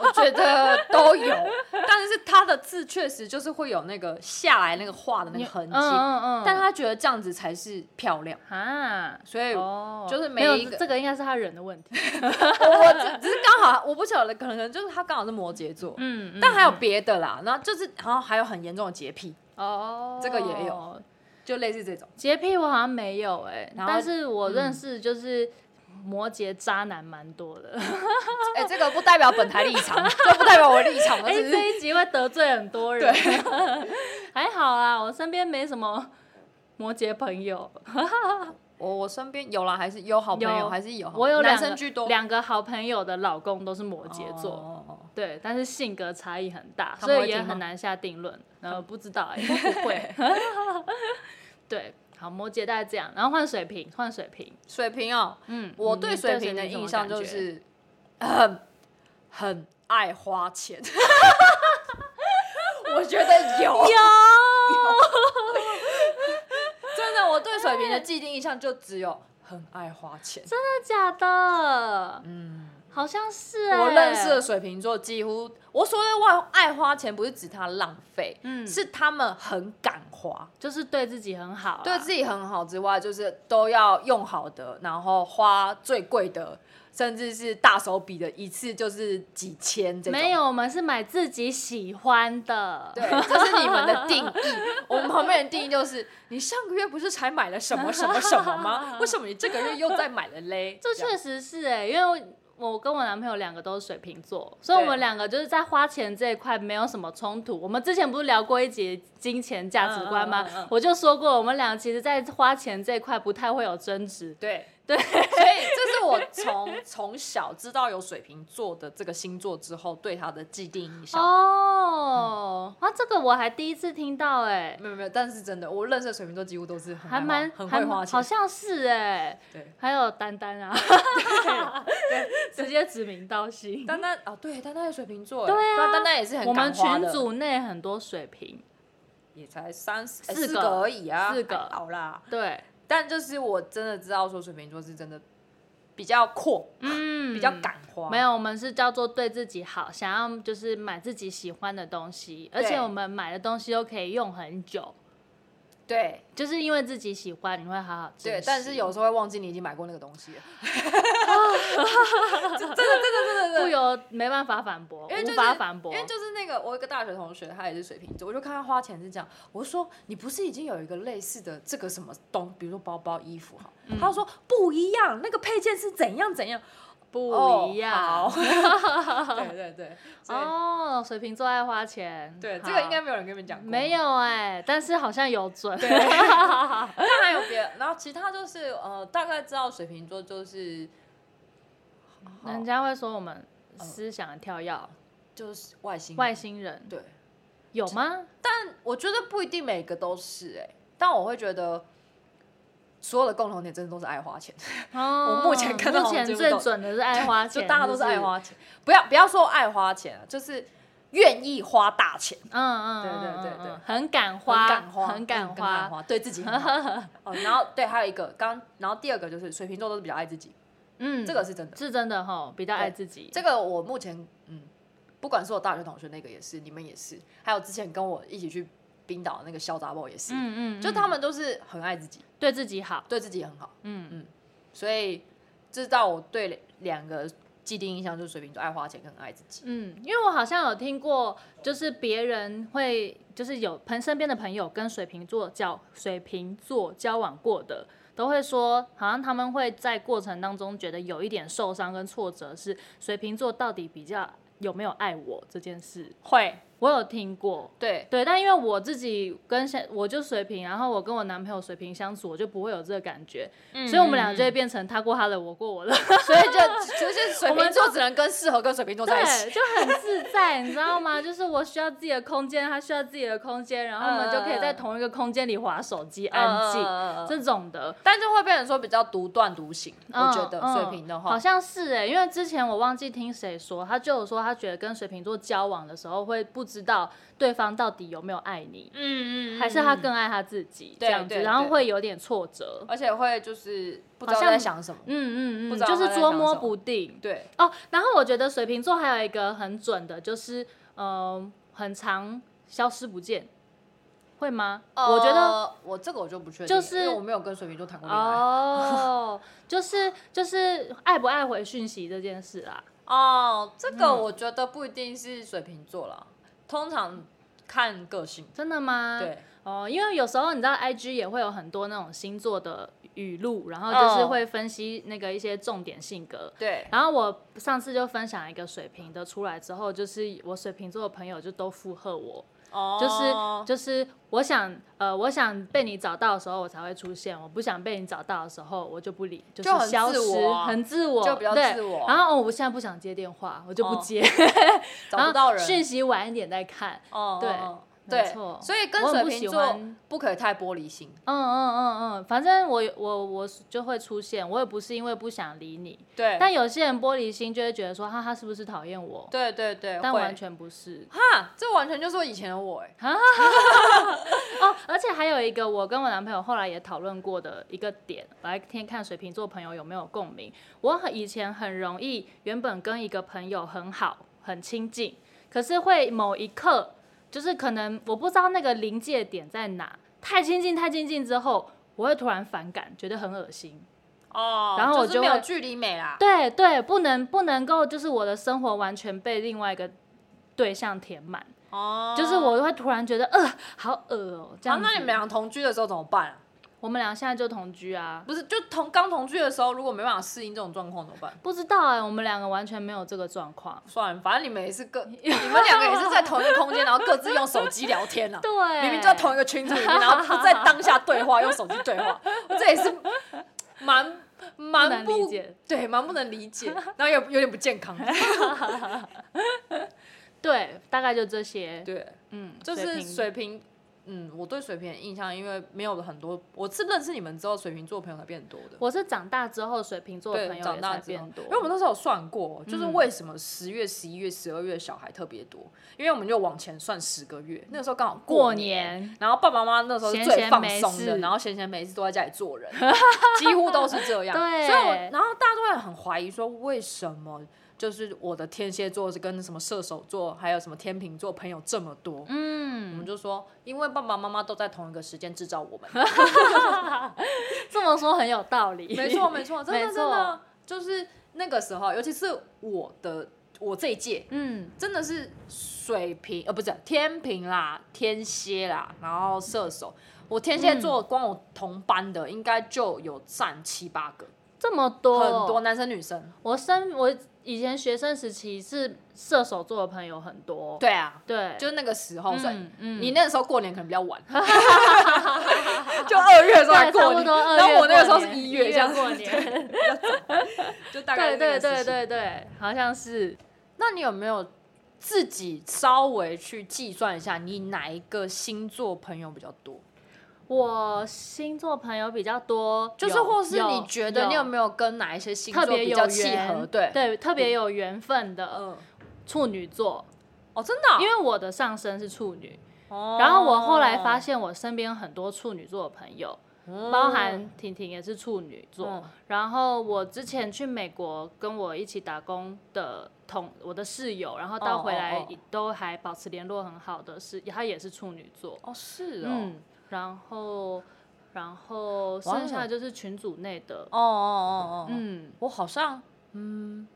[SPEAKER 2] 我觉得都有，但是他的字确实就是会有那个下来那个画的那个痕迹，
[SPEAKER 1] 嗯
[SPEAKER 2] 但他觉得这样子才是漂亮，
[SPEAKER 1] 啊，
[SPEAKER 2] 所以我、
[SPEAKER 1] 哦，
[SPEAKER 2] 就是每
[SPEAKER 1] 没有
[SPEAKER 2] 一个
[SPEAKER 1] 这个应该是他人的 问题。
[SPEAKER 2] 我只只是刚好我不晓得，可能可能就是他刚好是摩羯座，
[SPEAKER 1] 嗯，
[SPEAKER 2] 但还有
[SPEAKER 1] 嗯
[SPEAKER 2] 别的啦，然后就是然后还有很严重的洁癖，
[SPEAKER 1] 哦，
[SPEAKER 2] 这个也有就类似这种，
[SPEAKER 1] 洁癖，我好像没有哎、
[SPEAKER 2] 然后嗯
[SPEAKER 1] 但是我认识就是摩羯渣男蛮多的。
[SPEAKER 2] 哎、这个不代表本台立场，这不代表我立场，我
[SPEAKER 1] 啊 哎、
[SPEAKER 2] 只哦是
[SPEAKER 1] 这一集会得罪很多人。 还好啦，我身边没什么摩羯朋友。
[SPEAKER 2] 哦我我身边有啦，还是有好朋友，
[SPEAKER 1] 有
[SPEAKER 2] 还是有好，
[SPEAKER 1] 我有
[SPEAKER 2] 男
[SPEAKER 1] 两个
[SPEAKER 2] 生居多，
[SPEAKER 1] 两个好朋友的老公都是摩羯座，
[SPEAKER 2] 哦哦哦
[SPEAKER 1] 对，但是性格差异很大，
[SPEAKER 2] 他们
[SPEAKER 1] 所
[SPEAKER 2] 会
[SPEAKER 1] 以也
[SPEAKER 2] 听吗
[SPEAKER 1] 很难下定论。呃，不知道、欸， 应该不会。 对，好，摩羯大概这样，然后换水瓶，换水瓶。
[SPEAKER 2] 水瓶哦，
[SPEAKER 1] 嗯，
[SPEAKER 2] 我
[SPEAKER 1] 你
[SPEAKER 2] 对水瓶的印象就
[SPEAKER 1] 对水瓶什么感觉
[SPEAKER 2] 是很很爱花钱， 我觉得有真的，我对水瓶的既定印象就只有很爱花钱。
[SPEAKER 1] 有真的假的？
[SPEAKER 2] 嗯，
[SPEAKER 1] 好像是、欸，
[SPEAKER 2] 我认识的哎水瓶座几乎，我说的外爱花钱不是指他浪费，
[SPEAKER 1] 嗯
[SPEAKER 2] 是他们很敢花。
[SPEAKER 1] 就是对自己很好、啊，
[SPEAKER 2] 对自己很好之外，就是都要用好的，然后花最贵的，甚至是大手笔的，一次就是几千这种。
[SPEAKER 1] 没有，我们是买自己喜欢的。
[SPEAKER 2] 对，这是你们的定 义。我们旁边人定义就是：你上个月不是才买了什么什么什么 吗？为什么你这个月又在买了 嘞？
[SPEAKER 1] 这
[SPEAKER 2] 样
[SPEAKER 1] 确实是哎、因为我跟我男朋友两个都是水瓶座，所以我们两个就是在花钱这一块没有什么冲突。我们之前不是聊过一节金钱价值观吗？
[SPEAKER 2] 嗯嗯嗯嗯
[SPEAKER 1] 我就说过，我们俩其实在花钱这一块不太会有争执。
[SPEAKER 2] 对
[SPEAKER 1] 对
[SPEAKER 2] 所以这是我从 从小知道有水瓶座的这个星座之后，对他的既定印象。
[SPEAKER 1] 哦，啊，这个我还第一次听到哎、
[SPEAKER 2] 没有没有，但是真的，我认识的水瓶座几乎都是很爱
[SPEAKER 1] 还
[SPEAKER 2] 花
[SPEAKER 1] 蛮
[SPEAKER 2] 很
[SPEAKER 1] 还
[SPEAKER 2] 会花
[SPEAKER 1] 好
[SPEAKER 2] 钱。
[SPEAKER 1] 像是哎、
[SPEAKER 2] 对，
[SPEAKER 1] 还有丹丹 啊，直接指名道姓。
[SPEAKER 2] 丹丹哦，对，丹丹是水瓶座，欸
[SPEAKER 1] 对啊
[SPEAKER 2] 丹丹也是很
[SPEAKER 1] 我们
[SPEAKER 2] 敢花
[SPEAKER 1] 群
[SPEAKER 2] 的
[SPEAKER 1] 组内很多水瓶，
[SPEAKER 2] 也才三四哎
[SPEAKER 1] 四
[SPEAKER 2] 四
[SPEAKER 1] 个
[SPEAKER 2] 而已啊，
[SPEAKER 1] 四个
[SPEAKER 2] 还好啦。
[SPEAKER 1] 对，
[SPEAKER 2] 但就是我真的知道说水瓶座是真的比较阔，
[SPEAKER 1] 嗯
[SPEAKER 2] 比较敢花，
[SPEAKER 1] 没有，我们是叫做对自己好，想要就是买自己喜欢的东西，而
[SPEAKER 2] 对
[SPEAKER 1] 且我们买的东西都可以用很久，
[SPEAKER 2] 对
[SPEAKER 1] 就是因为自己喜欢，你会好好珍惜。
[SPEAKER 2] 对，但是有时候会忘记你已经买过那个东西了。真的真的真的真的
[SPEAKER 1] 不由没办法反驳，
[SPEAKER 2] 因为就是
[SPEAKER 1] 无法反驳
[SPEAKER 2] 因，为就是那个我有一个大学同学，他也是水瓶座，我就看他花钱是这样，我就说你不是已经有一个类似的这个什么东，比如说包包、衣服哈，
[SPEAKER 1] 嗯
[SPEAKER 2] 他就说不一样，那个配件是怎样怎样，
[SPEAKER 1] 不一样
[SPEAKER 2] 哦。好对对对，所以
[SPEAKER 1] 哦，水瓶座爱花钱，
[SPEAKER 2] 对
[SPEAKER 1] 好
[SPEAKER 2] 这个应该哦没有人跟你们讲过，
[SPEAKER 1] 没。有哎、但是好像有准，
[SPEAKER 2] 但还有别的，然后其他就是呃，大概知道水瓶座就是
[SPEAKER 1] 人家会说我们思想很跳跃，
[SPEAKER 2] 就是外星人
[SPEAKER 1] 外星人
[SPEAKER 2] 哦嗯对，
[SPEAKER 1] 有吗？
[SPEAKER 2] 但我觉得不一定每个都是哎、但我会觉得。所有的共同点真的都是爱花钱，
[SPEAKER 1] 哦
[SPEAKER 2] 我目前看到
[SPEAKER 1] 目
[SPEAKER 2] 好像
[SPEAKER 1] 前
[SPEAKER 2] 几乎
[SPEAKER 1] 最
[SPEAKER 2] 都
[SPEAKER 1] 准的是爱花
[SPEAKER 2] 就
[SPEAKER 1] 钱，
[SPEAKER 2] 大家都
[SPEAKER 1] 是
[SPEAKER 2] 是爱，花钱。不要不要说爱花钱啊，就是愿意花大钱，
[SPEAKER 1] 嗯嗯，
[SPEAKER 2] 对对
[SPEAKER 1] 嗯
[SPEAKER 2] 对对
[SPEAKER 1] 嗯很敢花，
[SPEAKER 2] 很敢花，
[SPEAKER 1] 很敢
[SPEAKER 2] 花，
[SPEAKER 1] 花，
[SPEAKER 2] 对自己 很好。哦，然后对，还有一个刚，然后第二个就是水瓶座都是比较爱自己，
[SPEAKER 1] 嗯，
[SPEAKER 2] 这个是真的。
[SPEAKER 1] 是真的哈，比较爱自己，
[SPEAKER 2] 这个我目前嗯，不管是我大学同学那个也是，你们也是，还有之前跟我一起去冰岛的那个肖达宝也是，
[SPEAKER 1] 嗯嗯，
[SPEAKER 2] 就他们都是很爱自己，
[SPEAKER 1] 对自己好，
[SPEAKER 2] 对自己也很好。
[SPEAKER 1] 嗯，
[SPEAKER 2] 所以知道我对两个既定印象就是水瓶座爱花钱跟爱自己。
[SPEAKER 1] 嗯，因为我好像有听过，就是别人会，就是有朋身边的朋友跟水瓶座交水瓶座交往过的，都会说，好像他们会在过程当中觉得有一点受伤跟挫折，是水瓶座到底比较有没有爱我这件事，
[SPEAKER 2] 会，
[SPEAKER 1] 我有听过。
[SPEAKER 2] 对，
[SPEAKER 1] 对，但因为我自己跟现我就水瓶，然后我跟我男朋友水瓶相处，我就不会有这个感觉，
[SPEAKER 2] 嗯
[SPEAKER 1] 所以我们俩就会变成他过他的，我过我的，
[SPEAKER 2] 所以就 就是水瓶座只能跟适合跟水瓶座在一
[SPEAKER 1] 对，
[SPEAKER 2] 起。
[SPEAKER 1] 就很自在，你知道吗？就是我需要自己的空间，他需要自己的空间，然后我们就可以在同一个空间里划手机，安静、
[SPEAKER 2] 嗯嗯嗯嗯嗯
[SPEAKER 1] 这种的。
[SPEAKER 2] 但就会变成说比较独断独行，
[SPEAKER 1] 嗯
[SPEAKER 2] 我觉得
[SPEAKER 1] 嗯
[SPEAKER 2] 水瓶的
[SPEAKER 1] 好
[SPEAKER 2] 话，
[SPEAKER 1] 像是哎、因为之前我忘记听谁说，他就有说他觉得跟水瓶座交往的时候会不知道对方到底有没有爱你，
[SPEAKER 2] 嗯
[SPEAKER 1] 还是他更爱他自己这
[SPEAKER 2] 对
[SPEAKER 1] 样子，
[SPEAKER 2] 对
[SPEAKER 1] 然后
[SPEAKER 2] 对
[SPEAKER 1] 会有点挫折。
[SPEAKER 2] 而且会就是不知道
[SPEAKER 1] 好像
[SPEAKER 2] 在想什么，
[SPEAKER 1] 嗯嗯
[SPEAKER 2] 不
[SPEAKER 1] 嗯，
[SPEAKER 2] 知道
[SPEAKER 1] 就
[SPEAKER 2] 他
[SPEAKER 1] 是
[SPEAKER 2] 在
[SPEAKER 1] 捉
[SPEAKER 2] 想
[SPEAKER 1] 摸
[SPEAKER 2] 什么
[SPEAKER 1] 不定。
[SPEAKER 2] 对，
[SPEAKER 1] 哦，然后我觉得水瓶座还有一个很准的，就是嗯、呃很常消失不见，会吗？我觉得
[SPEAKER 2] 呃我这个我就不确定，
[SPEAKER 1] 就是
[SPEAKER 2] 因为我没有跟水瓶座谈过恋爱
[SPEAKER 1] 哦， 就是就是爱不爱回讯息这件事啦。
[SPEAKER 2] 哦，这个我觉得不一定是水瓶座啦，通常看个性，
[SPEAKER 1] 真的吗？，
[SPEAKER 2] 对，
[SPEAKER 1] 哦，因为有时候你知道，IG 也会有很多那种星座的语录，然后就是
[SPEAKER 2] 哦
[SPEAKER 1] 会分析那个一些重点性格。
[SPEAKER 2] 对，
[SPEAKER 1] 然后我上次就分享一个水瓶的出来之后，就是我水瓶座的朋友就都附和我，
[SPEAKER 2] 哦
[SPEAKER 1] 就是就是我想呃，我想被你找到的时候我才会出现，我不想被你找到的时候我就不理，就
[SPEAKER 2] 就很
[SPEAKER 1] 是消
[SPEAKER 2] 自
[SPEAKER 1] 失，
[SPEAKER 2] 我啊
[SPEAKER 1] 很自我，
[SPEAKER 2] 就比较
[SPEAKER 1] 对
[SPEAKER 2] 自我
[SPEAKER 1] 然后哦，我现在不想接电话，我就不
[SPEAKER 2] 哦
[SPEAKER 1] 接，
[SPEAKER 2] 找不到
[SPEAKER 1] 然后
[SPEAKER 2] 人，
[SPEAKER 1] 讯息晚一点再看。
[SPEAKER 2] 哦，
[SPEAKER 1] 啊对
[SPEAKER 2] 哦
[SPEAKER 1] 没
[SPEAKER 2] 对，
[SPEAKER 1] 错
[SPEAKER 2] 所以跟
[SPEAKER 1] 我很
[SPEAKER 2] 水
[SPEAKER 1] 不
[SPEAKER 2] 瓶
[SPEAKER 1] 喜
[SPEAKER 2] 座
[SPEAKER 1] 欢
[SPEAKER 2] 不可以太玻璃心，
[SPEAKER 1] 嗯嗯嗯嗯，反正我我我就会出现，我也不是因为不想理你，
[SPEAKER 2] 对，
[SPEAKER 1] 但有些人玻璃心就会觉得说，哈，他是不是讨厌我？
[SPEAKER 2] 对对对，
[SPEAKER 1] 但
[SPEAKER 2] 会
[SPEAKER 1] 完全不是。
[SPEAKER 2] 哈，这完全就是我以前的我哎，
[SPEAKER 1] 哦，而且还有一个我跟我男朋友后来也讨论过的一个点，来天看水瓶座朋友有没有共鸣。我很以前很容易，原本跟一个朋友很好很亲近，可是会某一刻，就是可能我不知道那个临界点在哪，太亲近太亲近之后，我会突然反感，觉得很恶心。
[SPEAKER 2] 哦
[SPEAKER 1] 然后我
[SPEAKER 2] 就是
[SPEAKER 1] 就
[SPEAKER 2] 没有
[SPEAKER 1] 会
[SPEAKER 2] 距离美啦，
[SPEAKER 1] 对对，不能不能够就是我的生活完全被另外一个对象填满，
[SPEAKER 2] 哦，
[SPEAKER 1] 就是我会突然觉得呃好恶哦、这
[SPEAKER 2] 好，
[SPEAKER 1] 样子。
[SPEAKER 2] 啊那你们俩同居的时候怎么办啊？
[SPEAKER 1] 我们俩现在就同居啊？
[SPEAKER 2] 不是，就同刚同居的时候，如果没办法适应这种状况怎么办？
[SPEAKER 1] 不知道哎、我们两个完全没有这个状况。
[SPEAKER 2] 算了，反正你们也 是各，你们两个也是在同一个空间，然后各自用手机聊天啊。
[SPEAKER 1] 对，
[SPEAKER 2] 明明就在同一个群组里面，然后不在当下对话，用手机对 话，这也是蛮蛮
[SPEAKER 1] 不能理解
[SPEAKER 2] 对，蛮不能理解，然后有有点不健康。
[SPEAKER 1] 对，大概就这些。
[SPEAKER 2] 对，
[SPEAKER 1] 嗯，
[SPEAKER 2] 就是
[SPEAKER 1] 瓶
[SPEAKER 2] 水瓶，嗯，我对水瓶的印象，因为没有很多，我是认识你们之后，水瓶座朋友才变多的。
[SPEAKER 1] 我是长大之后水瓶座的朋
[SPEAKER 2] 对，
[SPEAKER 1] 友
[SPEAKER 2] 长
[SPEAKER 1] 也
[SPEAKER 2] 大
[SPEAKER 1] 才
[SPEAKER 2] 之后
[SPEAKER 1] 变，多嗯
[SPEAKER 2] 因，为我们那时候有算过，就是为什么十月、十一月、十二月小孩特别多，因为我们就往前算十个月，那个时候刚好
[SPEAKER 1] 过
[SPEAKER 2] 年
[SPEAKER 1] 年
[SPEAKER 2] 然后爸爸妈妈那时候是
[SPEAKER 1] 闲
[SPEAKER 2] 最
[SPEAKER 1] 闲
[SPEAKER 2] 放
[SPEAKER 1] 没
[SPEAKER 2] 松的，
[SPEAKER 1] 事
[SPEAKER 2] 然后闲闲没事都在家里 做人，几乎都是这样。
[SPEAKER 1] 对
[SPEAKER 2] 所以我然后大家都会很怀疑说，为什么就是我的天蝎座是跟什么射手座，还有什么天秤座朋友这么多？我
[SPEAKER 1] 嗯，
[SPEAKER 2] 们就说，因为爸爸妈妈都在同一个时间制造我们。
[SPEAKER 1] 这么说很有道理。
[SPEAKER 2] 没错，没错，真的
[SPEAKER 1] 没
[SPEAKER 2] 真
[SPEAKER 1] 错
[SPEAKER 2] 的，就是那个时候，尤其是我的我这一届，
[SPEAKER 1] 嗯，
[SPEAKER 2] 真的是水瓶，呃，不是天平啦，天蝎啦，然后射手。我天蝎
[SPEAKER 1] 嗯
[SPEAKER 2] 座光我同班的，应该就有占七八个，
[SPEAKER 1] 这么多
[SPEAKER 2] 很多男生女生。
[SPEAKER 1] 我身我以前学生时期是射手座的朋友很多，
[SPEAKER 2] 对啊，
[SPEAKER 1] 对，
[SPEAKER 2] 就那个时候，所以
[SPEAKER 1] 嗯嗯
[SPEAKER 2] 你那个时候过年可能比 较晚，就二月的时候还
[SPEAKER 1] 对，差
[SPEAKER 2] 过
[SPEAKER 1] 不
[SPEAKER 2] 年，
[SPEAKER 1] 多二月
[SPEAKER 2] 然后我那个时候
[SPEAKER 1] 过
[SPEAKER 2] 是
[SPEAKER 1] 年
[SPEAKER 2] 一
[SPEAKER 1] 一
[SPEAKER 2] 月，
[SPEAKER 1] 月
[SPEAKER 2] 这样
[SPEAKER 1] 过
[SPEAKER 2] 子
[SPEAKER 1] 年，
[SPEAKER 2] 就大概
[SPEAKER 1] 对
[SPEAKER 2] 那
[SPEAKER 1] 对
[SPEAKER 2] 个
[SPEAKER 1] 对
[SPEAKER 2] 时期。
[SPEAKER 1] 对对，好像是
[SPEAKER 2] 那你有没有自己稍微去计算一下，你哪一个星座朋友比较多？
[SPEAKER 1] 我星座朋友比较多，
[SPEAKER 2] 就是
[SPEAKER 1] 有
[SPEAKER 2] 或是你
[SPEAKER 1] 有
[SPEAKER 2] 觉得你有
[SPEAKER 1] 有
[SPEAKER 2] 没有跟哪一些星座
[SPEAKER 1] 特别
[SPEAKER 2] 比
[SPEAKER 1] 有
[SPEAKER 2] 较
[SPEAKER 1] 缘
[SPEAKER 2] 契合？对，
[SPEAKER 1] 对，特别有缘分的呃
[SPEAKER 2] 嗯，
[SPEAKER 1] 处女座，
[SPEAKER 2] 哦，真的啊、
[SPEAKER 1] 因为我的上身是处女，
[SPEAKER 2] 哦
[SPEAKER 1] 然后我后来发，现我身边很多处女座的朋友，
[SPEAKER 2] 嗯
[SPEAKER 1] 包含婷婷也是处女座，
[SPEAKER 2] 嗯
[SPEAKER 1] 然后我之前去美国跟我一起打工的同我的室友，然后到
[SPEAKER 2] 哦
[SPEAKER 1] 回来
[SPEAKER 2] 哦哦
[SPEAKER 1] 都还保持联络很好的是，她也是处女座，
[SPEAKER 2] 哦，是哦，
[SPEAKER 1] 嗯，然后然后
[SPEAKER 2] 哇
[SPEAKER 1] 剩下就是群组内的，
[SPEAKER 2] 哦哦哦哦，嗯，
[SPEAKER 1] 嗯
[SPEAKER 2] 我好像，嗯，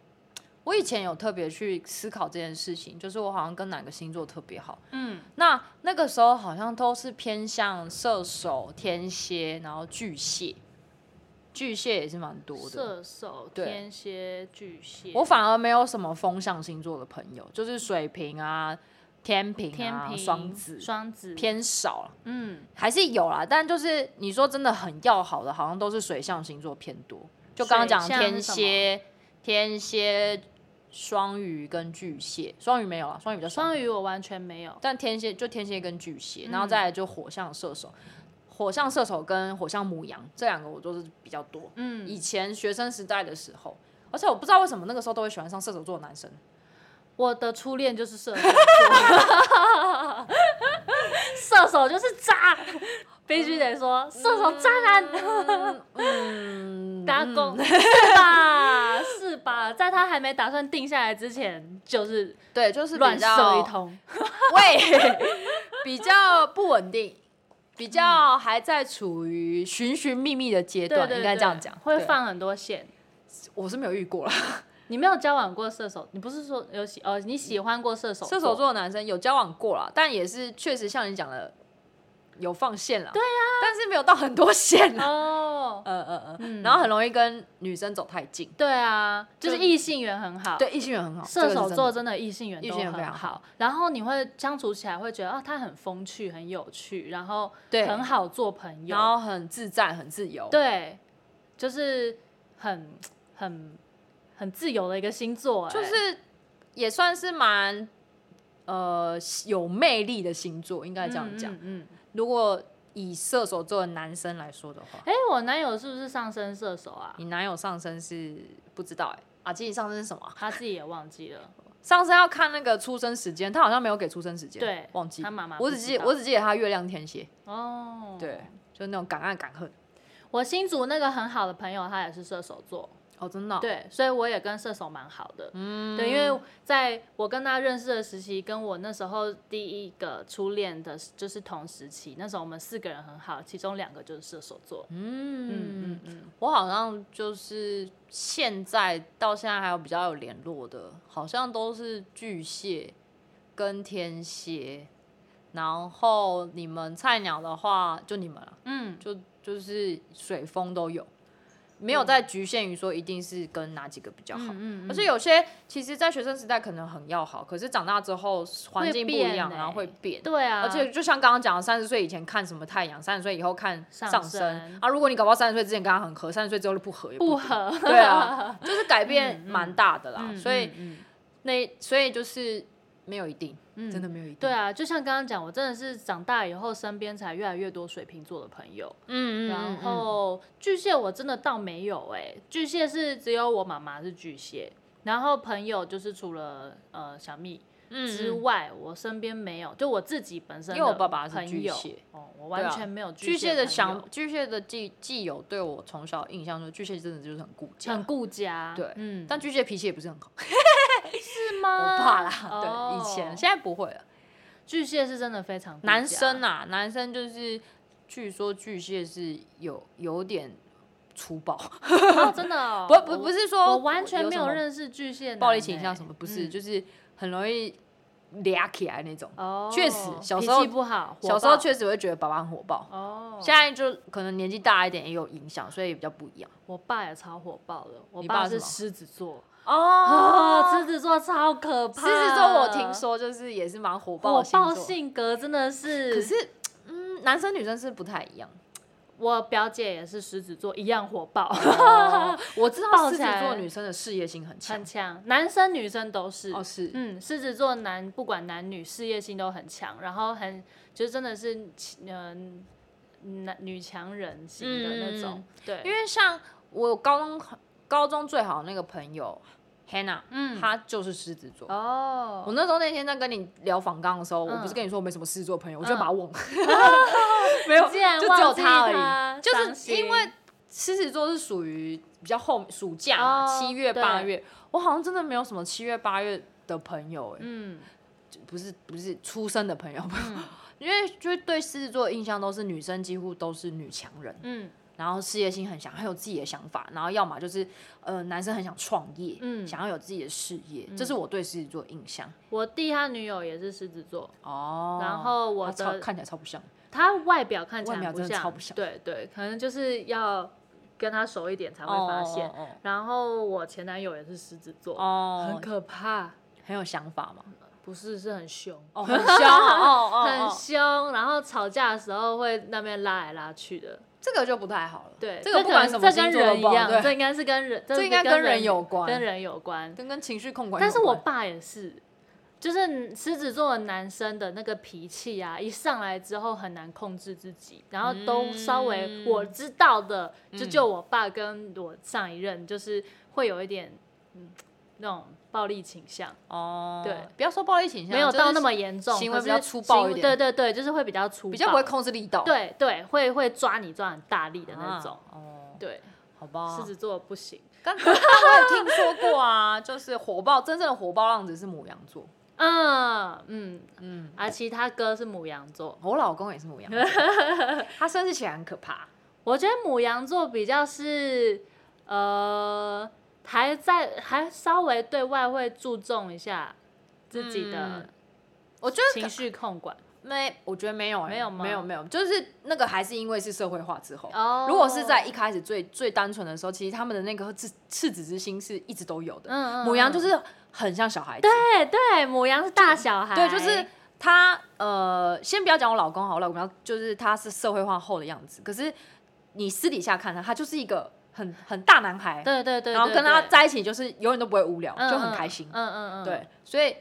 [SPEAKER 2] 我以前有特别去思考这件事情，就是我好像跟哪个星座特别好。
[SPEAKER 1] 嗯
[SPEAKER 2] 那那个时候好像都是偏向射手、天蝎，然后巨蟹，巨蟹也是蛮多的。
[SPEAKER 1] 射手、
[SPEAKER 2] 对
[SPEAKER 1] 天蝎、巨蟹，
[SPEAKER 2] 我反而没有什么风象星座的朋友，就是水瓶啊、天平
[SPEAKER 1] 天
[SPEAKER 2] 啊、
[SPEAKER 1] 平、
[SPEAKER 2] 双子
[SPEAKER 1] 双子，
[SPEAKER 2] 偏少了，
[SPEAKER 1] 嗯，
[SPEAKER 2] 还是有啦。但就是你说真的很要好的，好像都是水象星座偏多。就刚刚讲
[SPEAKER 1] 水象
[SPEAKER 2] 天
[SPEAKER 1] 是什么
[SPEAKER 2] 蝎、天蝎、双鱼跟巨蟹，双鱼没有啦，双鱼比较少。
[SPEAKER 1] 双鱼我完全没有，
[SPEAKER 2] 但天蝎就天蝎跟巨蟹，
[SPEAKER 1] 嗯
[SPEAKER 2] 然后再来就火象射手，火象射手跟火象母羊这两个我都是比较多。
[SPEAKER 1] 嗯，
[SPEAKER 2] 以前学生时代的时候，而且我不知道为什么那个时候都会喜欢上射手座的男 生。
[SPEAKER 1] 我的初恋就是射手座，射手就是渣，必须得说射手渣男，
[SPEAKER 2] 嗯，
[SPEAKER 1] 打工是吧？是吧？在他还没打算定下来之前，就是
[SPEAKER 2] 对，就是
[SPEAKER 1] 乱
[SPEAKER 2] 比
[SPEAKER 1] 射
[SPEAKER 2] 较
[SPEAKER 1] 一通，
[SPEAKER 2] 喂，比较不稳定，比较还在处于寻寻觅觅的阶
[SPEAKER 1] 对
[SPEAKER 2] 段，
[SPEAKER 1] 嗯对，
[SPEAKER 2] 应该这样
[SPEAKER 1] 对
[SPEAKER 2] 讲。
[SPEAKER 1] 会
[SPEAKER 2] 对，
[SPEAKER 1] 放很多线。
[SPEAKER 2] 我是没有 遇过啦。
[SPEAKER 1] 你没有交往过射手，你不是说有喜哦？你喜欢过射手？
[SPEAKER 2] 射手，座的男生有交往过啦，但也是确实像你讲的，有放线了，
[SPEAKER 1] 啊
[SPEAKER 2] 对呀、但是没有到很多线啦。
[SPEAKER 1] 哦，
[SPEAKER 2] 嗯嗯
[SPEAKER 1] 嗯
[SPEAKER 2] 嗯，然后很容易跟女生走太近。
[SPEAKER 1] 对啊，就是
[SPEAKER 2] 就
[SPEAKER 1] 异性缘很好。
[SPEAKER 2] 对，异性缘很好，
[SPEAKER 1] 射
[SPEAKER 2] 这个
[SPEAKER 1] 手
[SPEAKER 2] 是
[SPEAKER 1] 座
[SPEAKER 2] 真的
[SPEAKER 1] 真的异性缘
[SPEAKER 2] 异
[SPEAKER 1] 都
[SPEAKER 2] 性缘非
[SPEAKER 1] 很
[SPEAKER 2] 常
[SPEAKER 1] 好，然后你会相处起来会觉得啊，他很风趣、很有趣，然后
[SPEAKER 2] 对
[SPEAKER 1] 很好做朋
[SPEAKER 2] 然
[SPEAKER 1] 友，
[SPEAKER 2] 后很自在，很自由。
[SPEAKER 1] 对，就是很很很自由的一个星座、哎
[SPEAKER 2] 就是也算是蛮呃有魅力的星座，应该这样讲。
[SPEAKER 1] 嗯嗯，
[SPEAKER 2] 如果以射手座的男生来说的话，
[SPEAKER 1] 哎、诶我男友是不是上升射手啊？
[SPEAKER 2] 你男友上身是不知道哎、啊，其实上身是什么啊？
[SPEAKER 1] 他自己也忘记了。
[SPEAKER 2] 上身要看那个出生时间，他好像没有给出生时间，
[SPEAKER 1] 对
[SPEAKER 2] 忘记
[SPEAKER 1] 他妈妈不
[SPEAKER 2] 我只
[SPEAKER 1] 知
[SPEAKER 2] 记
[SPEAKER 1] 道
[SPEAKER 2] 我只记得他月亮天蝎，
[SPEAKER 1] 哦，
[SPEAKER 2] 对，，就是那种敢爱敢恨。
[SPEAKER 1] 我新竹那个很好的朋友，他也是射手座，
[SPEAKER 2] 哦，真的哦、
[SPEAKER 1] 对，所以我也跟射手蛮好的。嗯，对，因为在我跟他认识的时期，跟我那时候第一个初恋的，就是同时期。那时候我们四个人很好，其中两个就是射手座。
[SPEAKER 2] 嗯
[SPEAKER 1] 嗯
[SPEAKER 2] 嗯
[SPEAKER 1] 嗯嗯，
[SPEAKER 2] 我好像就是现在到现在还有比较有联络的，好像都是巨蟹跟天蝎。然后你们菜鸟的话，就你们了，
[SPEAKER 1] 嗯，
[SPEAKER 2] 就就是水风都有，没有在局限于说一定是跟哪几个比较好。
[SPEAKER 1] 嗯嗯嗯
[SPEAKER 2] 可是有些其实，在学生时代可能很要好，可是长大之后环境不一样，
[SPEAKER 1] 会变欸
[SPEAKER 2] 然后会变。
[SPEAKER 1] 对啊，
[SPEAKER 2] 而且就像刚刚讲的，三十岁以前看什么太阳，三十岁以后看
[SPEAKER 1] 上
[SPEAKER 2] 上
[SPEAKER 1] 升
[SPEAKER 2] 升啊。如果你搞不好三十岁之前跟他很合，三十岁之后就不合也
[SPEAKER 1] 不
[SPEAKER 2] 一定。
[SPEAKER 1] 合，
[SPEAKER 2] 对 啊，就是改变蛮大的啦。
[SPEAKER 1] 嗯
[SPEAKER 2] 所以
[SPEAKER 1] 嗯
[SPEAKER 2] 那所以就是没有一定，
[SPEAKER 1] 嗯
[SPEAKER 2] 真的没有一定。
[SPEAKER 1] 对，啊，就像刚刚讲，我真的是长大以后，身边才越来越多水瓶座的朋友。
[SPEAKER 2] 嗯嗯嗯
[SPEAKER 1] 然
[SPEAKER 2] 嗯
[SPEAKER 1] 后巨蟹我真的倒没有哎、巨蟹是只有我妈妈是巨蟹，然后朋友就是除了呃小蜜
[SPEAKER 2] 嗯
[SPEAKER 1] 之外，我身边没有，就我自己本身的
[SPEAKER 2] 因为我爸爸是
[SPEAKER 1] 朋
[SPEAKER 2] 巨
[SPEAKER 1] 友
[SPEAKER 2] 蟹
[SPEAKER 1] 哦，我完
[SPEAKER 2] 对啊
[SPEAKER 1] 全没有
[SPEAKER 2] 巨蟹
[SPEAKER 1] 蟹
[SPEAKER 2] 的
[SPEAKER 1] 朋
[SPEAKER 2] 想
[SPEAKER 1] 友，
[SPEAKER 2] 巨蟹的既既有对我从小印象就是巨蟹真的就是很顾家，
[SPEAKER 1] 很顾家，
[SPEAKER 2] 对
[SPEAKER 1] 嗯，
[SPEAKER 2] 但巨蟹脾气也不是很好，
[SPEAKER 1] 是
[SPEAKER 2] 我
[SPEAKER 1] 吗？
[SPEAKER 2] 怕 啦。
[SPEAKER 1] 哦
[SPEAKER 2] 对，以前现在不会了。
[SPEAKER 1] 巨蟹是真的非常顾
[SPEAKER 2] 男
[SPEAKER 1] 家
[SPEAKER 2] 生啊，男生就是据说巨蟹是有有点粗暴，，
[SPEAKER 1] 哦，真的哦
[SPEAKER 2] 不不
[SPEAKER 1] 我
[SPEAKER 2] 不是说
[SPEAKER 1] 我完全没
[SPEAKER 2] 什
[SPEAKER 1] 有
[SPEAKER 2] 么
[SPEAKER 1] 认识巨蟹
[SPEAKER 2] 暴力
[SPEAKER 1] 男
[SPEAKER 2] 倾
[SPEAKER 1] 欸
[SPEAKER 2] 向什么，不是，
[SPEAKER 1] 嗯
[SPEAKER 2] 就是很容易俩起来那种。
[SPEAKER 1] 哦，
[SPEAKER 2] 确实小
[SPEAKER 1] 脾
[SPEAKER 2] 时候
[SPEAKER 1] 气不好，火
[SPEAKER 2] 小时候
[SPEAKER 1] 爆
[SPEAKER 2] 确实会觉得爸爸很火爆，
[SPEAKER 1] 哦，
[SPEAKER 2] 现在就可能年纪大一点也有影响，所以比较不一样。
[SPEAKER 1] 我爸也超火爆的，我
[SPEAKER 2] 你
[SPEAKER 1] 爸
[SPEAKER 2] 爸
[SPEAKER 1] 是
[SPEAKER 2] 是什么
[SPEAKER 1] 狮子座啊，
[SPEAKER 2] 哦
[SPEAKER 1] 狮子座超可怕。
[SPEAKER 2] 狮子座我听说就是也是蛮火爆
[SPEAKER 1] 火
[SPEAKER 2] 的星
[SPEAKER 1] 爆
[SPEAKER 2] 座，
[SPEAKER 1] 性格真的是，
[SPEAKER 2] 可是嗯，男生女生是不太 一样。
[SPEAKER 1] 我表姐也是狮子座，一样火爆，
[SPEAKER 2] 哦我知道
[SPEAKER 1] 爆起
[SPEAKER 2] 狮子
[SPEAKER 1] 来
[SPEAKER 2] 座女生的事业心很强
[SPEAKER 1] 很，强，男生女生都是。
[SPEAKER 2] 哦是，
[SPEAKER 1] 嗯，狮子座男不管男女，事业心都很强，然后很就真的是嗯、男女强人型的那种，
[SPEAKER 2] 嗯
[SPEAKER 1] 对，
[SPEAKER 2] 因为像我高中高中最好的那个朋友 Hannah，
[SPEAKER 1] 嗯
[SPEAKER 2] 她就是狮子座。我
[SPEAKER 1] 哦，
[SPEAKER 2] 那时候那天在跟你聊访纲的时候，
[SPEAKER 1] 嗯
[SPEAKER 2] 我不是跟你说我没什么狮子座朋友，我就把他忘了，
[SPEAKER 1] 没有，竟然
[SPEAKER 2] 就只有
[SPEAKER 1] 忘记
[SPEAKER 2] 她
[SPEAKER 1] 他
[SPEAKER 2] 而已。就
[SPEAKER 1] 伤
[SPEAKER 2] 是
[SPEAKER 1] 心
[SPEAKER 2] 因为狮子座是属于比较后暑假嘛，
[SPEAKER 1] 哦
[SPEAKER 2] 七月
[SPEAKER 1] 对
[SPEAKER 2] 八月，我好像真的没有什么七月八月的朋友、欸，
[SPEAKER 1] 嗯
[SPEAKER 2] 不是不是出生的朋友， 因为就是对狮子座的印象都是女生几乎都是女强人，
[SPEAKER 1] 嗯
[SPEAKER 2] 然后事业心很强，很有自己的想法，然后要么就是呃男生很想创业，
[SPEAKER 1] 嗯
[SPEAKER 2] 想要有自己的事业，这是我对狮子座的印象。
[SPEAKER 1] 我弟他女友也是狮子座，
[SPEAKER 2] 哦
[SPEAKER 1] 然后我
[SPEAKER 2] 他超
[SPEAKER 1] 的
[SPEAKER 2] 看起来超不像，
[SPEAKER 1] 他外表看起来
[SPEAKER 2] 外表
[SPEAKER 1] 不
[SPEAKER 2] 真的
[SPEAKER 1] 像，
[SPEAKER 2] 超不像
[SPEAKER 1] 对对，可能就是要跟他熟一点才会发现。
[SPEAKER 2] 哦
[SPEAKER 1] 然后我前男友也是狮子座，
[SPEAKER 2] 哦
[SPEAKER 1] 很可怕，
[SPEAKER 2] 很有想法嘛，
[SPEAKER 1] 不是是很啊凶，
[SPEAKER 2] 哦，很凶哦哦
[SPEAKER 1] 很
[SPEAKER 2] 哦，
[SPEAKER 1] 凶，然后吵架的时候会那边拉来拉去的。
[SPEAKER 2] 这个就不太好了。
[SPEAKER 1] 对，
[SPEAKER 2] 这个不管
[SPEAKER 1] 可
[SPEAKER 2] 什
[SPEAKER 1] 能
[SPEAKER 2] 么
[SPEAKER 1] 这
[SPEAKER 2] 星
[SPEAKER 1] 跟
[SPEAKER 2] 座都
[SPEAKER 1] 人一
[SPEAKER 2] 不好，
[SPEAKER 1] 样，这
[SPEAKER 2] 对，
[SPEAKER 1] 应该是跟人，
[SPEAKER 2] 这应
[SPEAKER 1] 是
[SPEAKER 2] 该跟人有关
[SPEAKER 1] 跟人有关。
[SPEAKER 2] 跟跟情绪控管有关。
[SPEAKER 1] 但是我爸也是，就是狮子座的男生的那个脾气啊，一上来之后很难控制自己，然后都稍微
[SPEAKER 2] 嗯
[SPEAKER 1] 我知道的，就就我爸跟我上一任，就是会有一点嗯那种暴力倾向，
[SPEAKER 2] 哦，
[SPEAKER 1] 对，
[SPEAKER 2] 不要说暴力倾向，
[SPEAKER 1] 没有
[SPEAKER 2] 就是
[SPEAKER 1] 到那么严重，
[SPEAKER 2] 行
[SPEAKER 1] 可
[SPEAKER 2] 为
[SPEAKER 1] 是
[SPEAKER 2] 比较粗暴一
[SPEAKER 1] 行
[SPEAKER 2] 点
[SPEAKER 1] 对对对，就是会比较粗暴，
[SPEAKER 2] 比较不会控制力道，
[SPEAKER 1] 对对，会会抓你抓很大力的
[SPEAKER 2] 啊
[SPEAKER 1] 那种，
[SPEAKER 2] 哦，
[SPEAKER 1] 对，
[SPEAKER 2] 好吧，
[SPEAKER 1] 狮子座不行。
[SPEAKER 2] 但但我有听说过啊，就是火爆，真正的火爆浪子是母羊座，
[SPEAKER 1] 嗯嗯，
[SPEAKER 2] 嗯，
[SPEAKER 1] 而其他哥是母羊座，
[SPEAKER 2] 我老公也是母 羊座，他生气起来很可怕，
[SPEAKER 1] 我觉得母羊座比较是，呃，还在还稍微对外会注重一下自己的
[SPEAKER 2] 嗯我觉得
[SPEAKER 1] 情绪控管。
[SPEAKER 2] 没，我觉得没有、欸，
[SPEAKER 1] 没有吗
[SPEAKER 2] 没有，没有，就是那个还是因为是社会化之后。
[SPEAKER 1] 哦
[SPEAKER 2] 如果是在一开始最最单纯的时候，其实他们的那个赤赤子之心是一直都有的。
[SPEAKER 1] 嗯嗯
[SPEAKER 2] 母羊
[SPEAKER 1] 嗯
[SPEAKER 2] 就是很像小孩子，
[SPEAKER 1] 对对，母羊是大小孩，
[SPEAKER 2] 对，就是他呃，先不要讲我老公好，我老公要就是他是社会化后的样子，可是你私底下看他，他就是一个很很大男孩，
[SPEAKER 1] 对对对对，
[SPEAKER 2] 然后跟他
[SPEAKER 1] 对
[SPEAKER 2] 在一起就是永远都不会无聊，
[SPEAKER 1] 嗯
[SPEAKER 2] 就很
[SPEAKER 1] 嗯
[SPEAKER 2] 开心，
[SPEAKER 1] 嗯嗯嗯，
[SPEAKER 2] 对，所以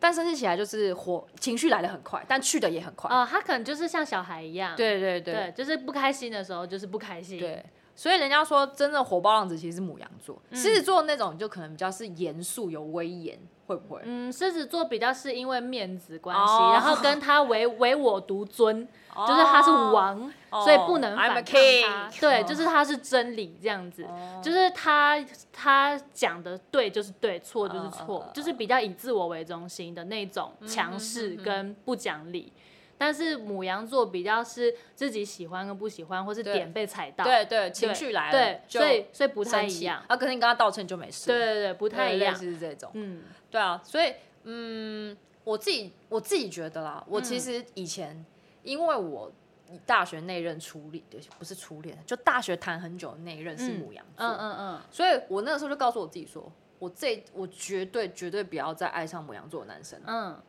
[SPEAKER 2] 但生气起来就是火情绪来的很快，但去的也很快，
[SPEAKER 1] 哦，他可能就是像小孩一样，
[SPEAKER 2] 对对对
[SPEAKER 1] 对，就是不开心的时候就是不开心，
[SPEAKER 2] 对，所以人家说真的火爆浪子其实是母羊座，
[SPEAKER 1] 嗯
[SPEAKER 2] 狮子座那种就可能比较是严肃有威严，会不会？
[SPEAKER 1] 嗯，狮子座比较是因为面子关系，
[SPEAKER 2] 哦
[SPEAKER 1] 然后跟他唯唯我独尊，就是他是王，
[SPEAKER 2] 哦
[SPEAKER 1] 所以不能
[SPEAKER 2] I'm
[SPEAKER 1] 反
[SPEAKER 2] a
[SPEAKER 1] 抗
[SPEAKER 2] king
[SPEAKER 1] 他。对，
[SPEAKER 2] 哦
[SPEAKER 1] 就是他是真理这样子，
[SPEAKER 2] 哦，
[SPEAKER 1] 就是他他讲的对就是对，错就是错，
[SPEAKER 2] 嗯嗯嗯
[SPEAKER 1] 就是比较以自我为中心的那种强
[SPEAKER 2] 嗯
[SPEAKER 1] 势
[SPEAKER 2] 嗯嗯嗯
[SPEAKER 1] 跟不讲理。但是母羊座比较是自己喜欢跟不喜欢，或是
[SPEAKER 2] 对
[SPEAKER 1] 点被踩到，
[SPEAKER 2] 对对，情绪来了，
[SPEAKER 1] 对，
[SPEAKER 2] 就
[SPEAKER 1] 所以所以不
[SPEAKER 2] 不
[SPEAKER 1] 太一样。
[SPEAKER 2] 啊，可是你跟他道歉就没事，
[SPEAKER 1] 对，对对，不
[SPEAKER 2] 不
[SPEAKER 1] 太一样。
[SPEAKER 2] 是这种，
[SPEAKER 1] 嗯，
[SPEAKER 2] 对啊，所以嗯，我自己我自己觉得啦，我
[SPEAKER 1] 嗯
[SPEAKER 2] 其实以前、因为我大学那任初恋，对不是初恋，就大学谈很久的那一任是母羊座，
[SPEAKER 1] 嗯嗯嗯，
[SPEAKER 2] 所以我那个时候就告诉我自己说。我这我绝对绝对不要再爱上母羊座的男生了。
[SPEAKER 1] 嗯，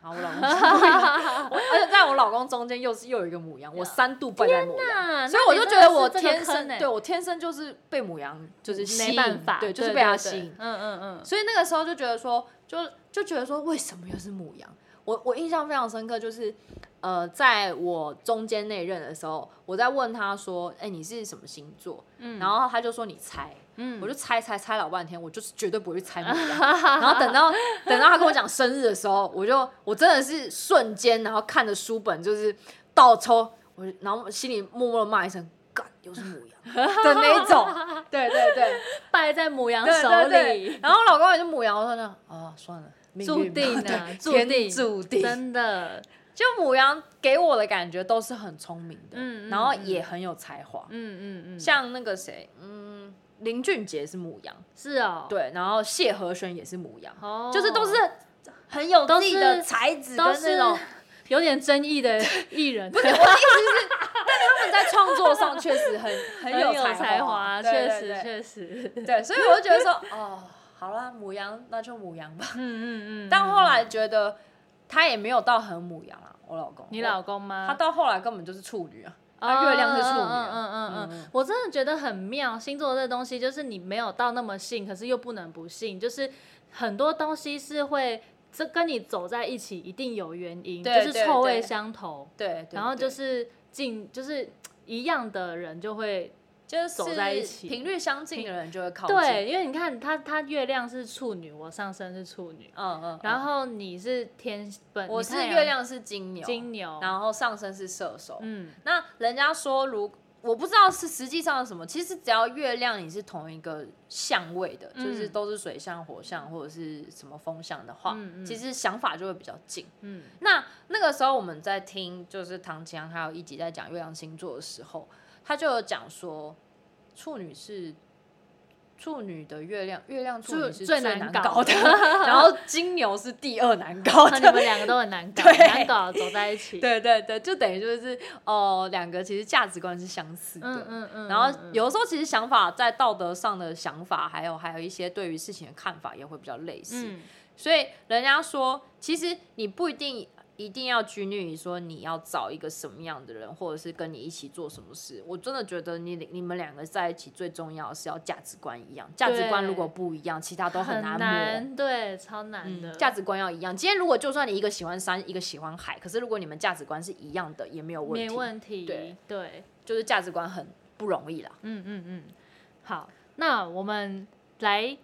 [SPEAKER 2] 然后 我老公是母羊，我而且在我老公中间又是又有一个母羊，我三度拜在母羊。
[SPEAKER 1] 那
[SPEAKER 2] 所
[SPEAKER 1] 嗯
[SPEAKER 2] 以
[SPEAKER 1] 那
[SPEAKER 2] 我
[SPEAKER 1] 你
[SPEAKER 2] 就
[SPEAKER 1] 真
[SPEAKER 2] 觉
[SPEAKER 1] 的
[SPEAKER 2] 得
[SPEAKER 1] 是
[SPEAKER 2] 我
[SPEAKER 1] 这个
[SPEAKER 2] 天
[SPEAKER 1] 坑
[SPEAKER 2] 生
[SPEAKER 1] 欸
[SPEAKER 2] 对我天生就是被母羊就是吸
[SPEAKER 1] 没
[SPEAKER 2] 引
[SPEAKER 1] 办法，
[SPEAKER 2] 对，就是
[SPEAKER 1] 对
[SPEAKER 2] 被他
[SPEAKER 1] 对
[SPEAKER 2] 吸
[SPEAKER 1] 对
[SPEAKER 2] 引。
[SPEAKER 1] 嗯嗯嗯，
[SPEAKER 2] 所以那个时候就觉得说，就就觉得说，为什么又是母羊？我我印象非常深刻，就是呃，在我中间那一任的时候，我在问他说：“哎、你是什么星座？”
[SPEAKER 1] 嗯
[SPEAKER 2] 然后他就说：“你猜。”
[SPEAKER 1] 嗯
[SPEAKER 2] 我就猜猜猜老半天，我就是绝对不会去猜母 羊。然后等到等到他跟我讲生日的时候，我就我真的是瞬间，然后看着书本就是倒抽，我就然后心里默默的骂一声“干”，又是母 羊的那一种。对对对，
[SPEAKER 1] 败在母羊
[SPEAKER 2] 对
[SPEAKER 1] 手
[SPEAKER 2] 对对
[SPEAKER 1] 里，
[SPEAKER 2] 然后我老公也是母羊，我说呢，哦，算了，命
[SPEAKER 1] 注
[SPEAKER 2] 运嘛
[SPEAKER 1] 定啊
[SPEAKER 2] 对，
[SPEAKER 1] 注
[SPEAKER 2] 天
[SPEAKER 1] 定
[SPEAKER 2] 注定。
[SPEAKER 1] 真的，
[SPEAKER 2] 就母羊给我的感觉都是很聪明的，
[SPEAKER 1] 嗯嗯
[SPEAKER 2] 然后也很有才华。
[SPEAKER 1] 嗯嗯嗯，
[SPEAKER 2] 像那个谁，嗯，林俊杰是母羊，
[SPEAKER 1] 是哦，
[SPEAKER 2] 对，然后谢和弦也是母羊，
[SPEAKER 1] 哦，
[SPEAKER 2] 就是都是很有自己
[SPEAKER 1] 都
[SPEAKER 2] 的
[SPEAKER 1] 是
[SPEAKER 2] 才子
[SPEAKER 1] 都
[SPEAKER 2] 跟那
[SPEAKER 1] 是
[SPEAKER 2] 种。
[SPEAKER 1] 有点争议的艺人，
[SPEAKER 2] 不是我的意思是，但他们在创作上确 实很很
[SPEAKER 1] 很有
[SPEAKER 2] 才
[SPEAKER 1] 华，
[SPEAKER 2] 对
[SPEAKER 1] 确
[SPEAKER 2] 对
[SPEAKER 1] 实
[SPEAKER 2] 对
[SPEAKER 1] 确实，
[SPEAKER 2] 对，所以我就觉得说，哦，好啦，母羊那就母羊吧。
[SPEAKER 1] 嗯嗯嗯，
[SPEAKER 2] 但后来觉得他也没有到很母羊啊，我老公，
[SPEAKER 1] 你
[SPEAKER 2] 我
[SPEAKER 1] 老公啊吗？
[SPEAKER 2] 他到后来根本就是处女啊，
[SPEAKER 1] 哦
[SPEAKER 2] 他月亮是处女
[SPEAKER 1] 嗯
[SPEAKER 2] 啊，
[SPEAKER 1] 嗯嗯嗯
[SPEAKER 2] 嗯
[SPEAKER 1] 嗯，我真的觉得很妙，星座这东西就是你没有到那么信，可是又不能不信，就是很多东西是会。这跟你走在一起一定有原因，
[SPEAKER 2] 对
[SPEAKER 1] 就是
[SPEAKER 2] 对
[SPEAKER 1] 臭
[SPEAKER 2] 对
[SPEAKER 1] 味相投，
[SPEAKER 2] 对，对
[SPEAKER 1] 然后就
[SPEAKER 2] 对
[SPEAKER 1] 是近就是一样的人就会
[SPEAKER 2] 就是
[SPEAKER 1] 走在一起
[SPEAKER 2] 频率相近的人就会靠近，
[SPEAKER 1] 对，因为你看他他月亮是处女，我上升是处女，
[SPEAKER 2] 嗯，嗯嗯，
[SPEAKER 1] 然后你是天本，
[SPEAKER 2] 我
[SPEAKER 1] 你
[SPEAKER 2] 是
[SPEAKER 1] 太阳
[SPEAKER 2] 月亮是金牛，
[SPEAKER 1] 金牛，
[SPEAKER 2] 然后上升是射手，
[SPEAKER 1] 嗯
[SPEAKER 2] 那人家说如。我不知道是实际上是什么，其实只要月亮你是同一个相位的，就是
[SPEAKER 1] 嗯
[SPEAKER 2] 都是水象、火象或者是什么风象的话，
[SPEAKER 1] 嗯嗯
[SPEAKER 2] 其实想法就会比较近。
[SPEAKER 1] 嗯
[SPEAKER 2] 那那个时候我们在听，就是唐奇阳还有一集在讲月亮星座的时候，他就有讲说，处女是处女的月亮，月亮处女
[SPEAKER 1] 处
[SPEAKER 2] 是
[SPEAKER 1] 最
[SPEAKER 2] 难
[SPEAKER 1] 难
[SPEAKER 2] 搞
[SPEAKER 1] 搞
[SPEAKER 2] 的，
[SPEAKER 1] 的
[SPEAKER 2] 然后金牛是第二难搞
[SPEAKER 1] 那你
[SPEAKER 2] 的。
[SPEAKER 1] 们两个都很难搞，
[SPEAKER 2] 哦对
[SPEAKER 1] 难搞走在一起，
[SPEAKER 2] 对对对，就等于就是哦，两个其实价值观是相似的。
[SPEAKER 1] 嗯嗯嗯，
[SPEAKER 2] 然后
[SPEAKER 1] 嗯嗯
[SPEAKER 2] 有的时候，其实想法在道德上的想法，还有还有一些对于事情的看法，也会比较类似。
[SPEAKER 1] 嗯
[SPEAKER 2] 所以人家说，其实你不一定一定要拘泥于说你要找一个什么样的人，或者是跟你一起做什么事。我真的觉得你你们两个在一起最重要的是要价值观一样，价值观如果不一样，其他都
[SPEAKER 1] 很
[SPEAKER 2] 难磨。
[SPEAKER 1] 对，超难的
[SPEAKER 2] 嗯，，价值观要一样。今天如果就算你一个喜欢山，一个喜欢海，可是如果你们价值观是一样的，也没有问
[SPEAKER 1] 没
[SPEAKER 2] 题。
[SPEAKER 1] 问题，
[SPEAKER 2] 对
[SPEAKER 1] 对，
[SPEAKER 2] 就是价值观很不容易啦。
[SPEAKER 1] 嗯嗯嗯，好，那我们来。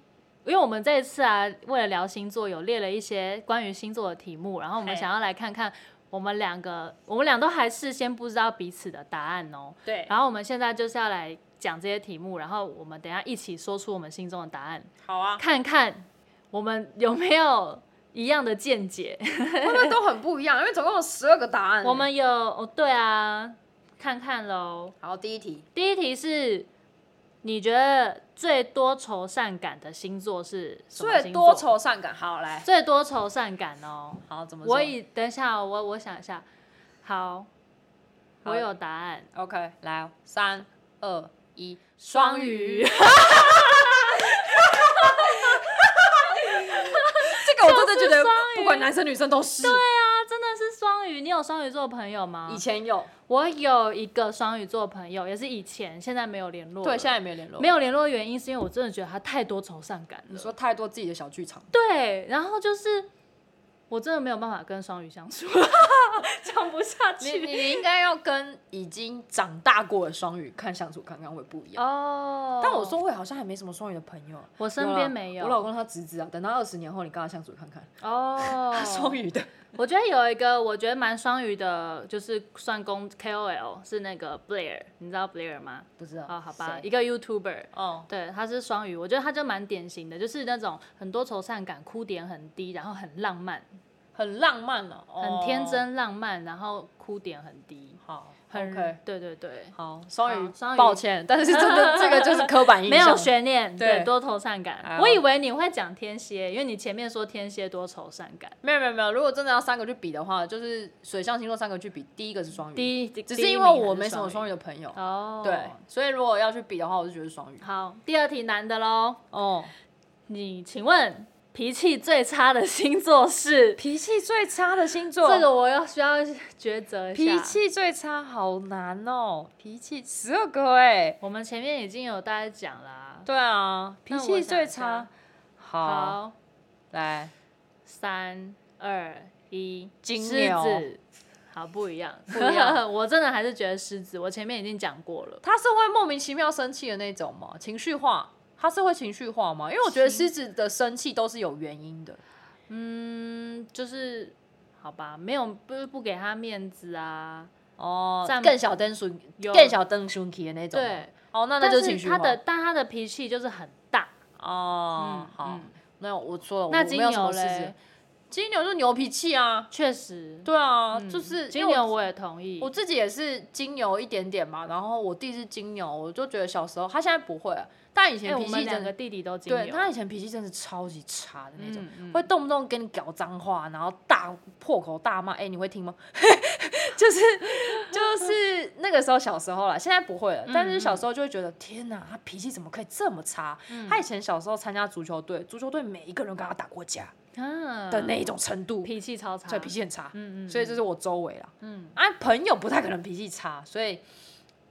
[SPEAKER 1] 因为我们这一次啊，为了聊星座，有列了一些关于星座的题目，然后我们
[SPEAKER 2] 嘿
[SPEAKER 1] 想要来看看我们两个，我们俩都还事先不知道彼此的答案哦。
[SPEAKER 2] 对，
[SPEAKER 1] 然后我们现在就是要来讲这些题目，然后我们等一下一起说出我们心中的答案，
[SPEAKER 2] 好啊，
[SPEAKER 1] 看看我们有没有一样的见解。
[SPEAKER 2] 他们都很不一样，因为总共有十二个答案。
[SPEAKER 1] 我们有哦，对啊，看看喽。
[SPEAKER 2] 好，第一题，
[SPEAKER 1] 第一题是你觉得最多愁善感的星座是什么
[SPEAKER 2] 最
[SPEAKER 1] 星座
[SPEAKER 2] 多愁善感，好来，
[SPEAKER 1] 最多愁善感哦。
[SPEAKER 2] 好怎么说？
[SPEAKER 1] 我以等一下哦，我我想一下，好，
[SPEAKER 2] 好
[SPEAKER 1] 我有答案。
[SPEAKER 2] OK 来哦，三二一，
[SPEAKER 1] 双鱼，
[SPEAKER 2] 这个我真的觉得
[SPEAKER 1] 就是双鱼
[SPEAKER 2] 不管男生女生都是。对啊，
[SPEAKER 1] 他真的是双鱼。你有双鱼座朋友吗？
[SPEAKER 2] 以前有，
[SPEAKER 1] 我有一个双鱼座朋友，也是以前，现在没有联络了。
[SPEAKER 2] 对，现在也没有联络。
[SPEAKER 1] 没
[SPEAKER 2] 有，
[SPEAKER 1] 有联络的原因是因为我真的觉得他太多愁善感
[SPEAKER 2] 你
[SPEAKER 1] 了。
[SPEAKER 2] 说太多自己的小剧场，
[SPEAKER 1] 对，然后就是我真的没有办法跟双鱼相处， 讲不下
[SPEAKER 2] 你你
[SPEAKER 1] 去。
[SPEAKER 2] 你应该要跟已经长大过的双鱼看相处，看看会不一样。
[SPEAKER 1] 哦，
[SPEAKER 2] 但我说会好像还没什么双鱼的朋友，
[SPEAKER 1] 我身边没
[SPEAKER 2] 啦
[SPEAKER 1] 有
[SPEAKER 2] 我老公他侄子啊，等他二十年后你跟他相处看看，
[SPEAKER 1] 哦，
[SPEAKER 2] 他 双鱼的，
[SPEAKER 1] 我觉得有一个我觉得蛮双鱼的，就是算公 KOL 是那个 Blair，你知道 Blair 吗？
[SPEAKER 2] 不知道
[SPEAKER 1] 哦，好吧，
[SPEAKER 2] 谁
[SPEAKER 1] 一个 YouTuber。
[SPEAKER 2] 哦，
[SPEAKER 1] 对，他是双鱼，我觉得他就蛮典型的，就是那种很多愁善感，哭点很低，然后很浪漫，
[SPEAKER 2] 很浪漫了，哦
[SPEAKER 1] 很天。真浪漫，然后哭点很低，
[SPEAKER 2] 好
[SPEAKER 1] 很
[SPEAKER 2] ，OK，
[SPEAKER 1] 对对对，
[SPEAKER 2] 好，双
[SPEAKER 1] 好
[SPEAKER 2] 鱼
[SPEAKER 1] 双，鱼
[SPEAKER 2] 抱歉，但是真 的这个就是刻板印
[SPEAKER 1] 没
[SPEAKER 2] 象，
[SPEAKER 1] 有悬念，
[SPEAKER 2] 对
[SPEAKER 1] 对，多愁善感。
[SPEAKER 2] 哎
[SPEAKER 1] 我以为你会讲天蝎，因为你前面说天蝎多愁善感，
[SPEAKER 2] 没有没有没有，如果真的要三个去比的话，就是水象星座三个去比，第一个是双鱼，
[SPEAKER 1] 第一
[SPEAKER 2] 只
[SPEAKER 1] 第
[SPEAKER 2] 是
[SPEAKER 1] 一
[SPEAKER 2] 因
[SPEAKER 1] 名
[SPEAKER 2] 为
[SPEAKER 1] 嗯还
[SPEAKER 2] 我
[SPEAKER 1] 是
[SPEAKER 2] 没什么
[SPEAKER 1] 双
[SPEAKER 2] 双
[SPEAKER 1] 鱼
[SPEAKER 2] 鱼的朋友，
[SPEAKER 1] 哦，
[SPEAKER 2] 对，所以如果要去比的话，我就觉得双鱼。
[SPEAKER 1] 好，第二题难的喽，
[SPEAKER 2] 哦，
[SPEAKER 1] 你请问脾气最差的星座是？
[SPEAKER 2] 脾气最差的星座，
[SPEAKER 1] 这个我要需要抉择一下。
[SPEAKER 2] 脾，气最差好难哦，脾气十二个哎，
[SPEAKER 1] 我们前面已经有大家讲啦。
[SPEAKER 2] 对啊，脾
[SPEAKER 1] 那我
[SPEAKER 2] 气
[SPEAKER 1] 想
[SPEAKER 2] 最
[SPEAKER 1] 一
[SPEAKER 2] 差
[SPEAKER 1] 下，
[SPEAKER 2] 好
[SPEAKER 1] 好，
[SPEAKER 2] 来，
[SPEAKER 1] 三二一，
[SPEAKER 2] 金
[SPEAKER 1] 狮
[SPEAKER 2] 牛
[SPEAKER 1] 子，好不一样，
[SPEAKER 2] 不一 样
[SPEAKER 1] 我真的还是觉得狮子，我前面已经讲过了。
[SPEAKER 2] 他是会莫名其妙生气的那种吗？情绪化，他是会情绪化吗？因为我觉得狮子的生气都是有原因的，
[SPEAKER 1] 嗯，就是好吧，没有不不给他面子啊。
[SPEAKER 2] 哦
[SPEAKER 1] 占，
[SPEAKER 2] 更小灯熊，
[SPEAKER 1] 有
[SPEAKER 2] 更小灯熊气的那种，，
[SPEAKER 1] 对，
[SPEAKER 2] 哦，那那
[SPEAKER 1] 但
[SPEAKER 2] 就是情绪化
[SPEAKER 1] 他的但他的脾气就是很大。嗯，，
[SPEAKER 2] 哦好
[SPEAKER 1] 嗯，
[SPEAKER 2] 那我说了，我
[SPEAKER 1] 那
[SPEAKER 2] 我没
[SPEAKER 1] 金
[SPEAKER 2] 有什
[SPEAKER 1] 牛
[SPEAKER 2] 么狮子
[SPEAKER 1] 嘞，？
[SPEAKER 2] 金牛就是牛脾气啊，
[SPEAKER 1] 确实，
[SPEAKER 2] 对啊，
[SPEAKER 1] 嗯
[SPEAKER 2] 就是因
[SPEAKER 1] 金
[SPEAKER 2] 为
[SPEAKER 1] 牛，
[SPEAKER 2] 我
[SPEAKER 1] 我也同意。
[SPEAKER 2] 我自己也是金牛一点点嘛，然后我弟是金牛，我就觉得小时候他现在不会了，但以
[SPEAKER 1] 哎、
[SPEAKER 2] 前
[SPEAKER 1] 我
[SPEAKER 2] 脾
[SPEAKER 1] 们
[SPEAKER 2] 气
[SPEAKER 1] 两个
[SPEAKER 2] 真的，
[SPEAKER 1] 弟弟都金
[SPEAKER 2] 对
[SPEAKER 1] 牛，
[SPEAKER 2] 他以前脾气真的超级差的那种。
[SPEAKER 1] 嗯
[SPEAKER 2] 会动不动跟你搞脏话，然后大破口大骂，哎、你会听吗？ 就是就是那个时候小时候啦，现在不会
[SPEAKER 1] 嗯
[SPEAKER 2] 了。但是小时候就会觉得，天哪，他脾气怎么可以这么差？
[SPEAKER 1] 嗯
[SPEAKER 2] 他以前小时候参加足球队，足球队每一个人跟他打过架
[SPEAKER 1] 嗯
[SPEAKER 2] 的那一种程度，
[SPEAKER 1] 脾气超差，
[SPEAKER 2] 所以脾气很差。
[SPEAKER 1] 嗯嗯，嗯嗯，
[SPEAKER 2] 所以这是我周围啦，
[SPEAKER 1] 嗯
[SPEAKER 2] 啊，朋友不太可能脾气差，所以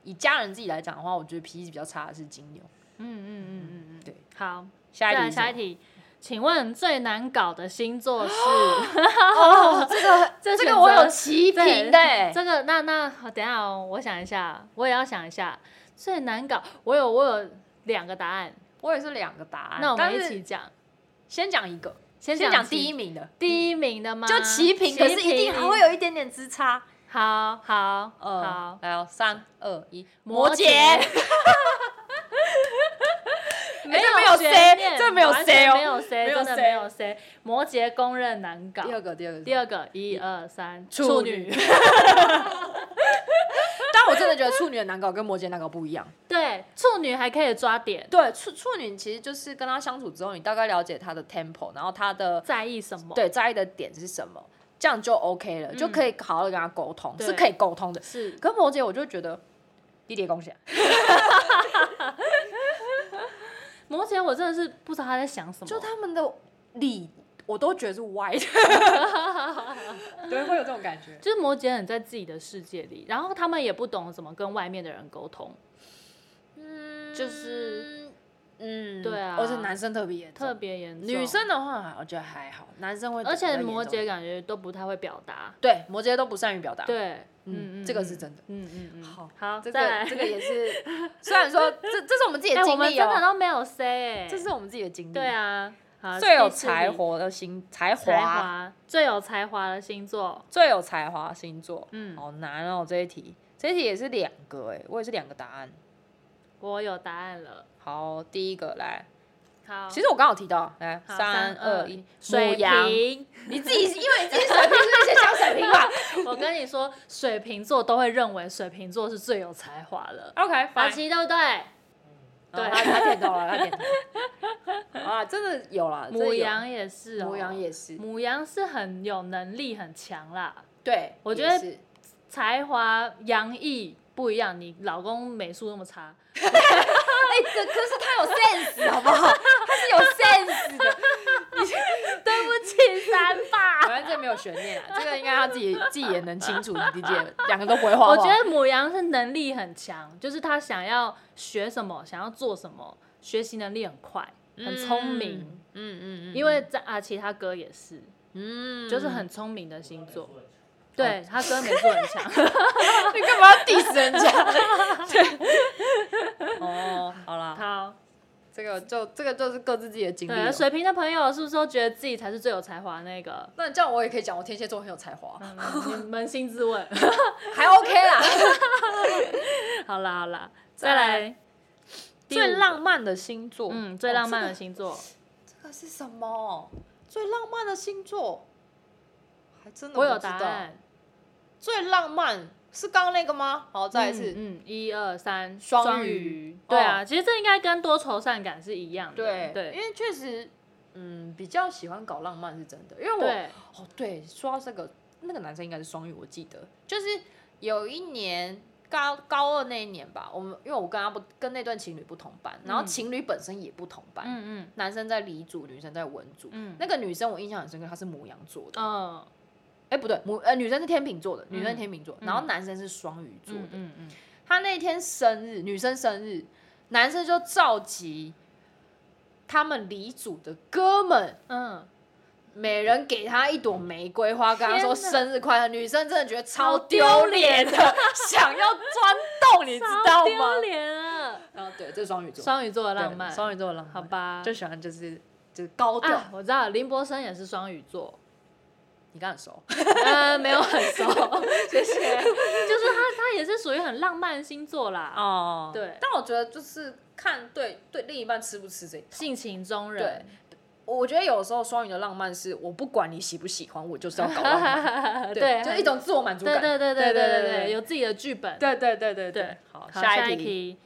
[SPEAKER 2] 以家人自己来讲的话，我觉得脾气比较差的是金牛。
[SPEAKER 1] 嗯嗯嗯嗯嗯，
[SPEAKER 2] 对。
[SPEAKER 1] 好，
[SPEAKER 2] 下一
[SPEAKER 1] 再
[SPEAKER 2] 题
[SPEAKER 1] 来
[SPEAKER 2] 是什么，
[SPEAKER 1] 下一题，请问最难搞的星座是？
[SPEAKER 2] 哦，这个
[SPEAKER 1] 这
[SPEAKER 2] 这
[SPEAKER 1] 选
[SPEAKER 2] 个
[SPEAKER 1] 择
[SPEAKER 2] 我有齐平的、欸，
[SPEAKER 1] 这个那那好等一下哦，我想一下，我也要想一下最难搞。我有我有两个答案，
[SPEAKER 2] 我也是两个答案，
[SPEAKER 1] 那我
[SPEAKER 2] 啊但
[SPEAKER 1] 们一
[SPEAKER 2] 是
[SPEAKER 1] 起讲。
[SPEAKER 2] 先讲一个，
[SPEAKER 1] 先
[SPEAKER 2] 先讲
[SPEAKER 1] 齐
[SPEAKER 2] 第一名的，
[SPEAKER 1] 第一名的吗？
[SPEAKER 2] 就齐平，可是一定还会
[SPEAKER 1] 有。
[SPEAKER 2] 有一点点之差。
[SPEAKER 1] 好好好，
[SPEAKER 2] 来哦，三二一，
[SPEAKER 1] 摩
[SPEAKER 2] 摩羯，
[SPEAKER 1] 羯
[SPEAKER 2] 没有没
[SPEAKER 1] 悬
[SPEAKER 2] 有 C，
[SPEAKER 1] 念
[SPEAKER 2] 哎这没有
[SPEAKER 1] 完
[SPEAKER 2] C
[SPEAKER 1] 全没
[SPEAKER 2] 哦。
[SPEAKER 1] 有 C，
[SPEAKER 2] 没有
[SPEAKER 1] 真的
[SPEAKER 2] C
[SPEAKER 1] 没有 C。摩羯公认难搞。
[SPEAKER 2] 个，第二个
[SPEAKER 1] 第二个，一二三，
[SPEAKER 2] 处女。但我真的觉得处女的难搞跟摩羯难搞不一样。
[SPEAKER 1] 对，处女还可以抓点，
[SPEAKER 2] 对，处处女其实就是跟他相处之后，你大概了解他的 tempo，然后他的
[SPEAKER 1] 在意什么？，
[SPEAKER 2] 对在意的点是什么，这样就 OK 了，就可以好好的跟他沟通，
[SPEAKER 1] 对
[SPEAKER 2] 是可以沟通的。
[SPEAKER 1] 是
[SPEAKER 2] 可摩羯我就觉得弟弟恭喜啊，
[SPEAKER 1] 摩羯，我真的是不知道他在想什么。
[SPEAKER 2] 就他们的理，我都觉得是歪的， 对，会有这种感觉。
[SPEAKER 1] 就是摩羯很在自己的世界里，然后他们也不懂怎么跟外面的人沟通，
[SPEAKER 2] 嗯
[SPEAKER 1] 就是
[SPEAKER 2] 嗯，
[SPEAKER 1] 对啊
[SPEAKER 2] 而且男生特别严重
[SPEAKER 1] 特别严重。
[SPEAKER 2] 女，生的话我觉得还好，男生会比较
[SPEAKER 1] 而且摩
[SPEAKER 2] 严
[SPEAKER 1] 羯
[SPEAKER 2] 重
[SPEAKER 1] 感觉都不太会表达。
[SPEAKER 2] 对摩羯都不善于表达，，
[SPEAKER 1] 对，
[SPEAKER 2] 嗯
[SPEAKER 1] 嗯，
[SPEAKER 2] 这个是真的
[SPEAKER 1] 嗯嗯嗯，
[SPEAKER 2] 好
[SPEAKER 1] 好，
[SPEAKER 2] 这
[SPEAKER 1] 再
[SPEAKER 2] 个
[SPEAKER 1] 来
[SPEAKER 2] 这个 也是，虽然说这这是我们自己的
[SPEAKER 1] 哎，我
[SPEAKER 2] 经
[SPEAKER 1] 们
[SPEAKER 2] 历
[SPEAKER 1] 真的
[SPEAKER 2] 哦，
[SPEAKER 1] 都没有 say，哎
[SPEAKER 2] 这是我们自己的经历，
[SPEAKER 1] 对，啊，好
[SPEAKER 2] 最有
[SPEAKER 1] 第四题
[SPEAKER 2] 才华的星才
[SPEAKER 1] 才
[SPEAKER 2] 华，
[SPEAKER 1] 华最有才华的星座，
[SPEAKER 2] 最有才华的星座，
[SPEAKER 1] 嗯，
[SPEAKER 2] 好难哦这一题，这一题也是两个哎，我也是两个答案。
[SPEAKER 1] 我有答案了。
[SPEAKER 2] 好，第一个来，
[SPEAKER 1] 好，
[SPEAKER 2] 其实我刚好提到，来
[SPEAKER 1] 好
[SPEAKER 2] 三二一，
[SPEAKER 1] 水
[SPEAKER 2] 母羊，
[SPEAKER 1] 瓶。
[SPEAKER 2] 你自己因为你自己水瓶，所以先讲 水瓶吧。
[SPEAKER 1] 我跟你说，水
[SPEAKER 2] 啊
[SPEAKER 1] 瓶座都会认为水瓶座是最有才华的，
[SPEAKER 2] OK，
[SPEAKER 1] 法
[SPEAKER 2] 反正
[SPEAKER 1] 奇对不对？
[SPEAKER 2] 然后
[SPEAKER 1] 对
[SPEAKER 2] 他他点头了，他点头。 啊，真的有啦，真
[SPEAKER 1] 母
[SPEAKER 2] 的有
[SPEAKER 1] 羊也是、哦，
[SPEAKER 2] 母羊也是，
[SPEAKER 1] 母羊是很有能力、很强啦，
[SPEAKER 2] 对，
[SPEAKER 1] 我觉
[SPEAKER 2] 也
[SPEAKER 1] 得
[SPEAKER 2] 是
[SPEAKER 1] 才华洋溢不一样。你老公美术那么差，
[SPEAKER 2] 哎、这可是他有 sense 好不好？他是有 sense 的，
[SPEAKER 1] 对不起，三爸。
[SPEAKER 2] 反正这没有悬 念啊，这个应该他自己自己也能清楚理解，两个都不会画画。
[SPEAKER 1] 我觉得母羊是能力很强，就是他想要学什么，想要做什么，学习能力很快，很聪明。
[SPEAKER 2] 嗯嗯嗯，
[SPEAKER 1] 因为在阿奇他哥也是，
[SPEAKER 2] 嗯
[SPEAKER 1] 就是很聪明的星座。对他哥美术很强，
[SPEAKER 2] 你干嘛要 diss 人家？ 哦，好啦，
[SPEAKER 1] 好，
[SPEAKER 2] 这个就这个就是各自自己的经历
[SPEAKER 1] 对
[SPEAKER 2] 了。
[SPEAKER 1] 水瓶的朋友是不是都觉得自己才是最有才华的那个？
[SPEAKER 2] 那这样我也可以讲，我天蝎座很有才华，
[SPEAKER 1] 嗯你 扪心自问。
[SPEAKER 2] 还 OK 啦。
[SPEAKER 1] 好啦好啦，
[SPEAKER 2] 再
[SPEAKER 1] 再
[SPEAKER 2] 来
[SPEAKER 1] 来第
[SPEAKER 2] 最
[SPEAKER 1] 五个
[SPEAKER 2] 浪漫的星座，
[SPEAKER 1] 嗯最
[SPEAKER 2] 哦
[SPEAKER 1] 浪漫
[SPEAKER 2] 这
[SPEAKER 1] 的
[SPEAKER 2] 个
[SPEAKER 1] 星座，
[SPEAKER 2] 这个是什么？最浪漫的星座，还真的
[SPEAKER 1] 我
[SPEAKER 2] 不
[SPEAKER 1] 有
[SPEAKER 2] 知
[SPEAKER 1] 答
[SPEAKER 2] 道。
[SPEAKER 1] 案。
[SPEAKER 2] 最浪漫是刚刚那个吗？好，再一次。
[SPEAKER 1] 嗯，嗯一二三，
[SPEAKER 2] 双
[SPEAKER 1] 双
[SPEAKER 2] 鱼
[SPEAKER 1] 对
[SPEAKER 2] 哦
[SPEAKER 1] 啊，其实这应该跟多愁善感是一样的。
[SPEAKER 2] 嗯对因
[SPEAKER 1] 对
[SPEAKER 2] 为确实，嗯，比较喜欢搞浪漫是真的，因为我
[SPEAKER 1] 对，
[SPEAKER 2] 哦，对，说到这个，那个男生应该是双鱼，我记得，就是有一年高高二那一年吧，我们因为我跟他不跟那段情侣不同班，然后
[SPEAKER 1] 嗯
[SPEAKER 2] 情侣本身也不同班，
[SPEAKER 1] 嗯嗯
[SPEAKER 2] 男生在理组，女生在文组。
[SPEAKER 1] 嗯，
[SPEAKER 2] 那个女生我印象很深刻，她是母羊座的，哎、
[SPEAKER 1] 嗯
[SPEAKER 2] 不对，母呃女生是天秤座的，女生是
[SPEAKER 1] 嗯
[SPEAKER 2] 天秤座，
[SPEAKER 1] 嗯
[SPEAKER 2] 然后男生是双鱼座的
[SPEAKER 1] 嗯。嗯嗯，
[SPEAKER 2] 他那天生日，女生生日，男生就召集他们李组的哥们，
[SPEAKER 1] 嗯，
[SPEAKER 2] 每人给他一朵玫瑰花，跟他说
[SPEAKER 1] 天哪
[SPEAKER 2] 生日快乐。女生真的觉得超
[SPEAKER 1] 好
[SPEAKER 2] 丢
[SPEAKER 1] 丢脸
[SPEAKER 2] 脸的， 想要钻洞，你知道
[SPEAKER 1] 超
[SPEAKER 2] 吗
[SPEAKER 1] 丢？脸啊！
[SPEAKER 2] 然后对，这是双鱼座，
[SPEAKER 1] 双鱼座的
[SPEAKER 2] 对
[SPEAKER 1] 浪漫，
[SPEAKER 2] 双鱼座的浪漫，
[SPEAKER 1] 好，吧
[SPEAKER 2] 就。喜欢就是就是高 调。
[SPEAKER 1] 啊，我知道林柏森也是双鱼 座，
[SPEAKER 2] 你刚很熟，
[SPEAKER 1] 呃，没有很 熟，
[SPEAKER 2] 谢谢。
[SPEAKER 1] 就是他，他也是属于很浪漫的星座啦，
[SPEAKER 2] 哦，
[SPEAKER 1] 对
[SPEAKER 2] 但我觉得就是看对对另一半吃不吃这一套。
[SPEAKER 1] 性情中
[SPEAKER 2] 对
[SPEAKER 1] 人，，
[SPEAKER 2] 我觉得有时候双鱼的浪漫是我不管你喜不喜欢，我就是要搞浪 漫。
[SPEAKER 1] 对，
[SPEAKER 2] 就一种自我满足感。
[SPEAKER 1] 对对对对对对对，
[SPEAKER 2] 对
[SPEAKER 1] 有自己的剧本。
[SPEAKER 2] 对对对对
[SPEAKER 1] 对，
[SPEAKER 2] 好，
[SPEAKER 1] 好
[SPEAKER 2] 下
[SPEAKER 1] 一
[SPEAKER 2] 一题。
[SPEAKER 1] 题，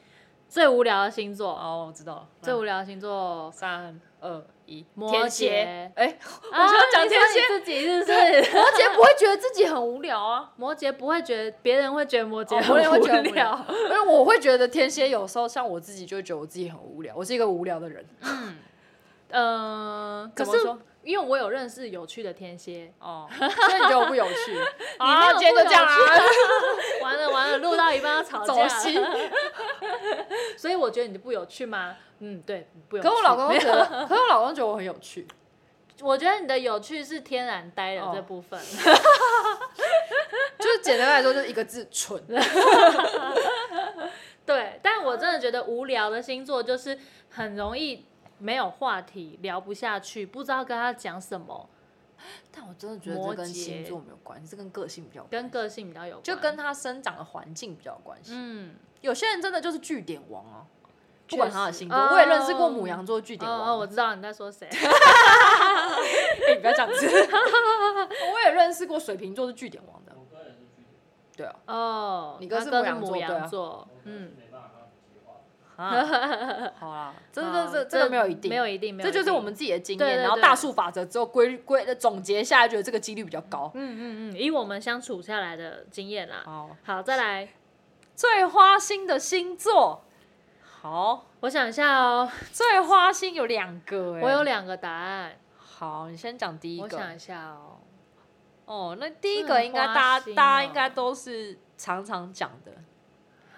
[SPEAKER 1] 最无聊的星座，
[SPEAKER 2] 哦，我知道了，
[SPEAKER 1] 最无聊的星座，哦
[SPEAKER 2] 三二一，
[SPEAKER 1] 摩
[SPEAKER 2] 天
[SPEAKER 1] 羯
[SPEAKER 2] 蝎。哎，
[SPEAKER 1] 我
[SPEAKER 2] 想讲天蝎
[SPEAKER 1] 自己是不是？
[SPEAKER 2] 摩羯不会觉得自己很无聊啊，
[SPEAKER 1] 摩羯不会觉得别人会觉得摩羯
[SPEAKER 2] 哦
[SPEAKER 1] 很
[SPEAKER 2] 我也会觉得
[SPEAKER 1] 无
[SPEAKER 2] 无聊， 因为我会觉得天蝎有时候像我自己就会觉得我自己很无聊，我是一个无聊的人。
[SPEAKER 1] 嗯，可
[SPEAKER 2] 怎么
[SPEAKER 1] 是
[SPEAKER 2] 说
[SPEAKER 1] 因为我有认识有趣的天蝎，
[SPEAKER 2] 哦，所以你觉得我不有 趣？
[SPEAKER 1] 你没
[SPEAKER 2] 啊，
[SPEAKER 1] 有
[SPEAKER 2] 今天就这样
[SPEAKER 1] 不有
[SPEAKER 2] 啊，
[SPEAKER 1] 完了完了，录到一半要吵
[SPEAKER 2] 走
[SPEAKER 1] 架
[SPEAKER 2] 心。
[SPEAKER 1] 了，所以我觉得你不有趣吗？嗯，对，不有趣。
[SPEAKER 2] 可我老公觉得，可我老公觉得我很有趣。
[SPEAKER 1] 我觉得你的有趣是天然呆的
[SPEAKER 2] 哦
[SPEAKER 1] 这部 分，
[SPEAKER 2] 就是简单来说，就是一个字蠢。
[SPEAKER 1] 对，但我真的觉得无聊的星座就是很容易没有话题，聊不下去，不知道跟他讲什么，
[SPEAKER 2] 但我真的觉得这
[SPEAKER 1] 摩
[SPEAKER 2] 跟
[SPEAKER 1] 羯
[SPEAKER 2] 星座没有关系，这跟个性比较有关
[SPEAKER 1] 跟个性比较有关，
[SPEAKER 2] 就跟他生长的环境比较有关系。
[SPEAKER 1] 嗯，
[SPEAKER 2] 有些人真的就是据点王啊，不
[SPEAKER 1] 确
[SPEAKER 2] 管他的
[SPEAKER 1] 实
[SPEAKER 2] 星座，
[SPEAKER 1] 哦
[SPEAKER 2] 我也认识过母羊座据
[SPEAKER 1] 哦
[SPEAKER 2] 点王。
[SPEAKER 1] 哦，我知道你在说 谁，
[SPEAKER 2] 哎 你不要这样子，我也认识过水瓶座是据点王的。对啊，
[SPEAKER 1] 哦，
[SPEAKER 2] 你哥是
[SPEAKER 1] 他
[SPEAKER 2] 母
[SPEAKER 1] 是母
[SPEAKER 2] 羊座对啊
[SPEAKER 1] 羊座，嗯，
[SPEAKER 2] 啊 好啦，真
[SPEAKER 1] 好
[SPEAKER 2] 的这真的没有一定，
[SPEAKER 1] 没有一定，没有
[SPEAKER 2] 这
[SPEAKER 1] 一
[SPEAKER 2] 就是我
[SPEAKER 1] 定，
[SPEAKER 2] 们自己的经
[SPEAKER 1] 对
[SPEAKER 2] 验，
[SPEAKER 1] 对
[SPEAKER 2] 然后
[SPEAKER 1] 对
[SPEAKER 2] 大数法则之后归归总结下来，觉得这个几率比较高。
[SPEAKER 1] 嗯嗯嗯，以我们相处下来的经验啦，
[SPEAKER 2] 好，
[SPEAKER 1] 好，再来，
[SPEAKER 2] 最花心的星座，好，
[SPEAKER 1] 我想一下哦，
[SPEAKER 2] 最花心有两个、欸，
[SPEAKER 1] 我有两个答案，
[SPEAKER 2] 好，你先讲第一
[SPEAKER 1] 我
[SPEAKER 2] 个。
[SPEAKER 1] 想一下哦，
[SPEAKER 2] 哦，那第一
[SPEAKER 1] 这
[SPEAKER 2] 个
[SPEAKER 1] 很
[SPEAKER 2] 应该
[SPEAKER 1] 花
[SPEAKER 2] 大家、
[SPEAKER 1] 心
[SPEAKER 2] 大家
[SPEAKER 1] 哦
[SPEAKER 2] 应该都是常常讲的，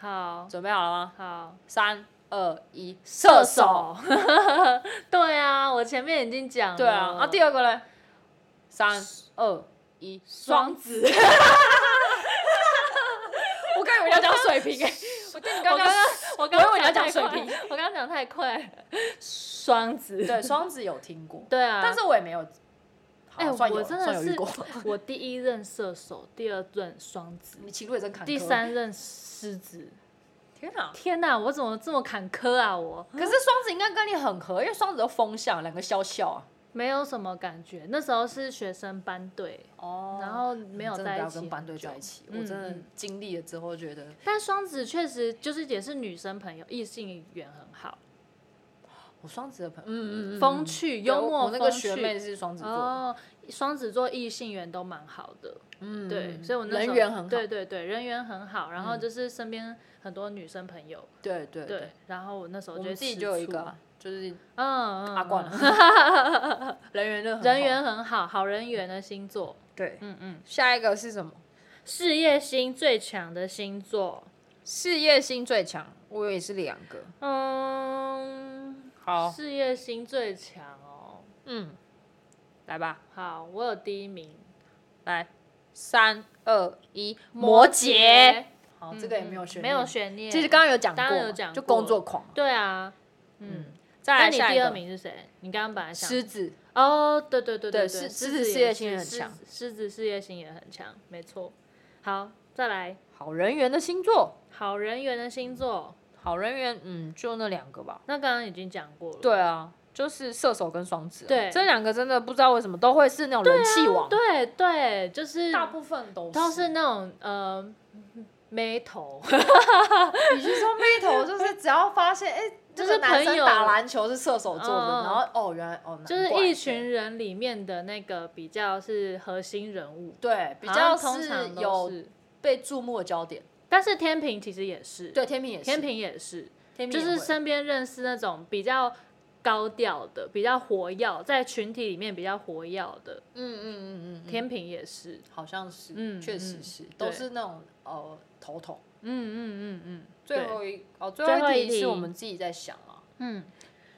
[SPEAKER 1] 好
[SPEAKER 2] 准备好了吗？
[SPEAKER 1] 好。
[SPEAKER 2] 三二一，
[SPEAKER 1] 射
[SPEAKER 2] 射手。
[SPEAKER 1] 手。 对啊，我前面已经讲了。
[SPEAKER 2] 对啊，啊，第二个嘞，三二一，双
[SPEAKER 1] 双
[SPEAKER 2] 子。
[SPEAKER 1] 子。
[SPEAKER 2] 我刚以为你要讲水瓶哎、 我跟你
[SPEAKER 1] 欸我刚
[SPEAKER 2] 刚刚
[SPEAKER 1] 刚我刚
[SPEAKER 2] 我
[SPEAKER 1] 刚
[SPEAKER 2] 以为你要讲水
[SPEAKER 1] 太快
[SPEAKER 2] 瓶，
[SPEAKER 1] 我刚刚讲太快。双子。
[SPEAKER 2] 对双子有听过，
[SPEAKER 1] 对 啊，
[SPEAKER 2] 但是我也没有。好
[SPEAKER 1] 哎
[SPEAKER 2] 算有
[SPEAKER 1] 我真的
[SPEAKER 2] 算有遇
[SPEAKER 1] 是
[SPEAKER 2] 过。
[SPEAKER 1] 我第一任射手，第二任双子，
[SPEAKER 2] 你情路也真坎坷。
[SPEAKER 1] 第，三任狮子。
[SPEAKER 2] 天哪！
[SPEAKER 1] 天哪，我怎么这么坎坷啊？我
[SPEAKER 2] 可是双子应该跟你很合，因为双子都风向，两个笑笑啊。
[SPEAKER 1] 没有什么感觉。那时候是学生班队，
[SPEAKER 2] 哦
[SPEAKER 1] 然后没有
[SPEAKER 2] 真的
[SPEAKER 1] 在
[SPEAKER 2] 不
[SPEAKER 1] 一
[SPEAKER 2] 要
[SPEAKER 1] 起
[SPEAKER 2] 跟
[SPEAKER 1] 很
[SPEAKER 2] 班队
[SPEAKER 1] 久
[SPEAKER 2] 在一起，
[SPEAKER 1] 嗯
[SPEAKER 2] 我真的
[SPEAKER 1] 嗯
[SPEAKER 2] 经历了之后觉得，
[SPEAKER 1] 但双子确实就是也是女生朋友，异性缘很好，
[SPEAKER 2] 我双子的朋友，嗯嗯嗯，
[SPEAKER 1] 风
[SPEAKER 2] 嗯
[SPEAKER 1] 趣、
[SPEAKER 2] 对
[SPEAKER 1] 幽
[SPEAKER 2] 我
[SPEAKER 1] 默、
[SPEAKER 2] 我那
[SPEAKER 1] 风
[SPEAKER 2] 个学
[SPEAKER 1] 趣。
[SPEAKER 2] 妹是双子座的，
[SPEAKER 1] 哦，双子座异性缘都蛮好的，
[SPEAKER 2] 嗯，
[SPEAKER 1] 对，
[SPEAKER 2] 嗯
[SPEAKER 1] 所以我那时
[SPEAKER 2] 人
[SPEAKER 1] 候
[SPEAKER 2] 缘很好，
[SPEAKER 1] 对对对，人缘很好，然后
[SPEAKER 2] 嗯
[SPEAKER 1] 就是身边很多女生朋友，
[SPEAKER 2] 对对
[SPEAKER 1] 对，，然后我那时候
[SPEAKER 2] 我
[SPEAKER 1] 就
[SPEAKER 2] 们
[SPEAKER 1] 会
[SPEAKER 2] 自己
[SPEAKER 1] 吃
[SPEAKER 2] 就有一
[SPEAKER 1] 醋
[SPEAKER 2] 个啊，就是
[SPEAKER 1] 嗯，嗯
[SPEAKER 2] 阿冠，
[SPEAKER 1] 嗯
[SPEAKER 2] 人缘就很好
[SPEAKER 1] 人缘很好，好人缘的星座，
[SPEAKER 2] 对。
[SPEAKER 1] 嗯嗯，
[SPEAKER 2] 下一个是什么？
[SPEAKER 1] 事业心最强的星座，
[SPEAKER 2] 事业心最强，我也是两个。
[SPEAKER 1] 嗯，
[SPEAKER 2] 好，
[SPEAKER 1] 事业心最强哦。
[SPEAKER 2] 嗯，来吧，
[SPEAKER 1] 好，我有第一名，
[SPEAKER 2] 来，三二一，
[SPEAKER 1] 摩
[SPEAKER 2] 摩羯。，好，
[SPEAKER 1] 嗯
[SPEAKER 2] 这个也没有学，
[SPEAKER 1] 没有。悬念，
[SPEAKER 2] 其实刚刚有讲过嘛，
[SPEAKER 1] 当然有讲
[SPEAKER 2] 就
[SPEAKER 1] 过
[SPEAKER 2] 工作狂。
[SPEAKER 1] 对啊，嗯
[SPEAKER 2] 嗯。，再
[SPEAKER 1] 那
[SPEAKER 2] 来
[SPEAKER 1] 你
[SPEAKER 2] 下一
[SPEAKER 1] 第二
[SPEAKER 2] 个，
[SPEAKER 1] 名是谁？你刚刚本来想
[SPEAKER 2] 狮子。
[SPEAKER 1] 哦，对对对对，
[SPEAKER 2] 对狮
[SPEAKER 1] 狮
[SPEAKER 2] 狮
[SPEAKER 1] 也
[SPEAKER 2] 子事业
[SPEAKER 1] 是
[SPEAKER 2] 心很
[SPEAKER 1] 狮
[SPEAKER 2] 强
[SPEAKER 1] 子狮子事业心也很强，没错。好，再来，
[SPEAKER 2] 好人缘的星座，
[SPEAKER 1] 好人缘的星座，
[SPEAKER 2] 好人缘，嗯，就那两个吧。
[SPEAKER 1] 那刚刚已经讲过了。
[SPEAKER 2] 对啊，就是射手跟双子啊、
[SPEAKER 1] 对
[SPEAKER 2] 这两个真的不知道为什么都会是那种人气王，
[SPEAKER 1] 对对，就是
[SPEAKER 2] 大部分都
[SPEAKER 1] 都是那种呃眉 头，
[SPEAKER 2] 你是说妹头，就是只要发现，哎、
[SPEAKER 1] 就
[SPEAKER 2] 就是是
[SPEAKER 1] 朋友
[SPEAKER 2] 男生打篮球是射手座
[SPEAKER 1] 嗯嗯
[SPEAKER 2] 的，然后哦，原来哦，难
[SPEAKER 1] 就是
[SPEAKER 2] 怪
[SPEAKER 1] 一群人里面的那个比较是核心人物，
[SPEAKER 2] 对比
[SPEAKER 1] 好
[SPEAKER 2] 较
[SPEAKER 1] 像通常都
[SPEAKER 2] 有
[SPEAKER 1] 是
[SPEAKER 2] 被注目的焦点。
[SPEAKER 1] 但是天平其实也是，
[SPEAKER 2] 对，天平也是，
[SPEAKER 1] 天平也是，
[SPEAKER 2] 天平
[SPEAKER 1] 就
[SPEAKER 2] 也
[SPEAKER 1] 是
[SPEAKER 2] 会
[SPEAKER 1] 身边认识那种比较高调的、比较活跃，在群体里面比较活跃的，
[SPEAKER 2] 嗯嗯嗯嗯嗯，
[SPEAKER 1] 天平也是，
[SPEAKER 2] 好像是，
[SPEAKER 1] 嗯
[SPEAKER 2] 确
[SPEAKER 1] 嗯
[SPEAKER 2] 实是，都是那种呃头头。
[SPEAKER 1] 嗯嗯嗯嗯，对
[SPEAKER 2] 最后一哦，最
[SPEAKER 1] 最后
[SPEAKER 2] 后
[SPEAKER 1] 一
[SPEAKER 2] 一题
[SPEAKER 1] 题
[SPEAKER 2] 是我们自己在想啊，
[SPEAKER 1] 嗯。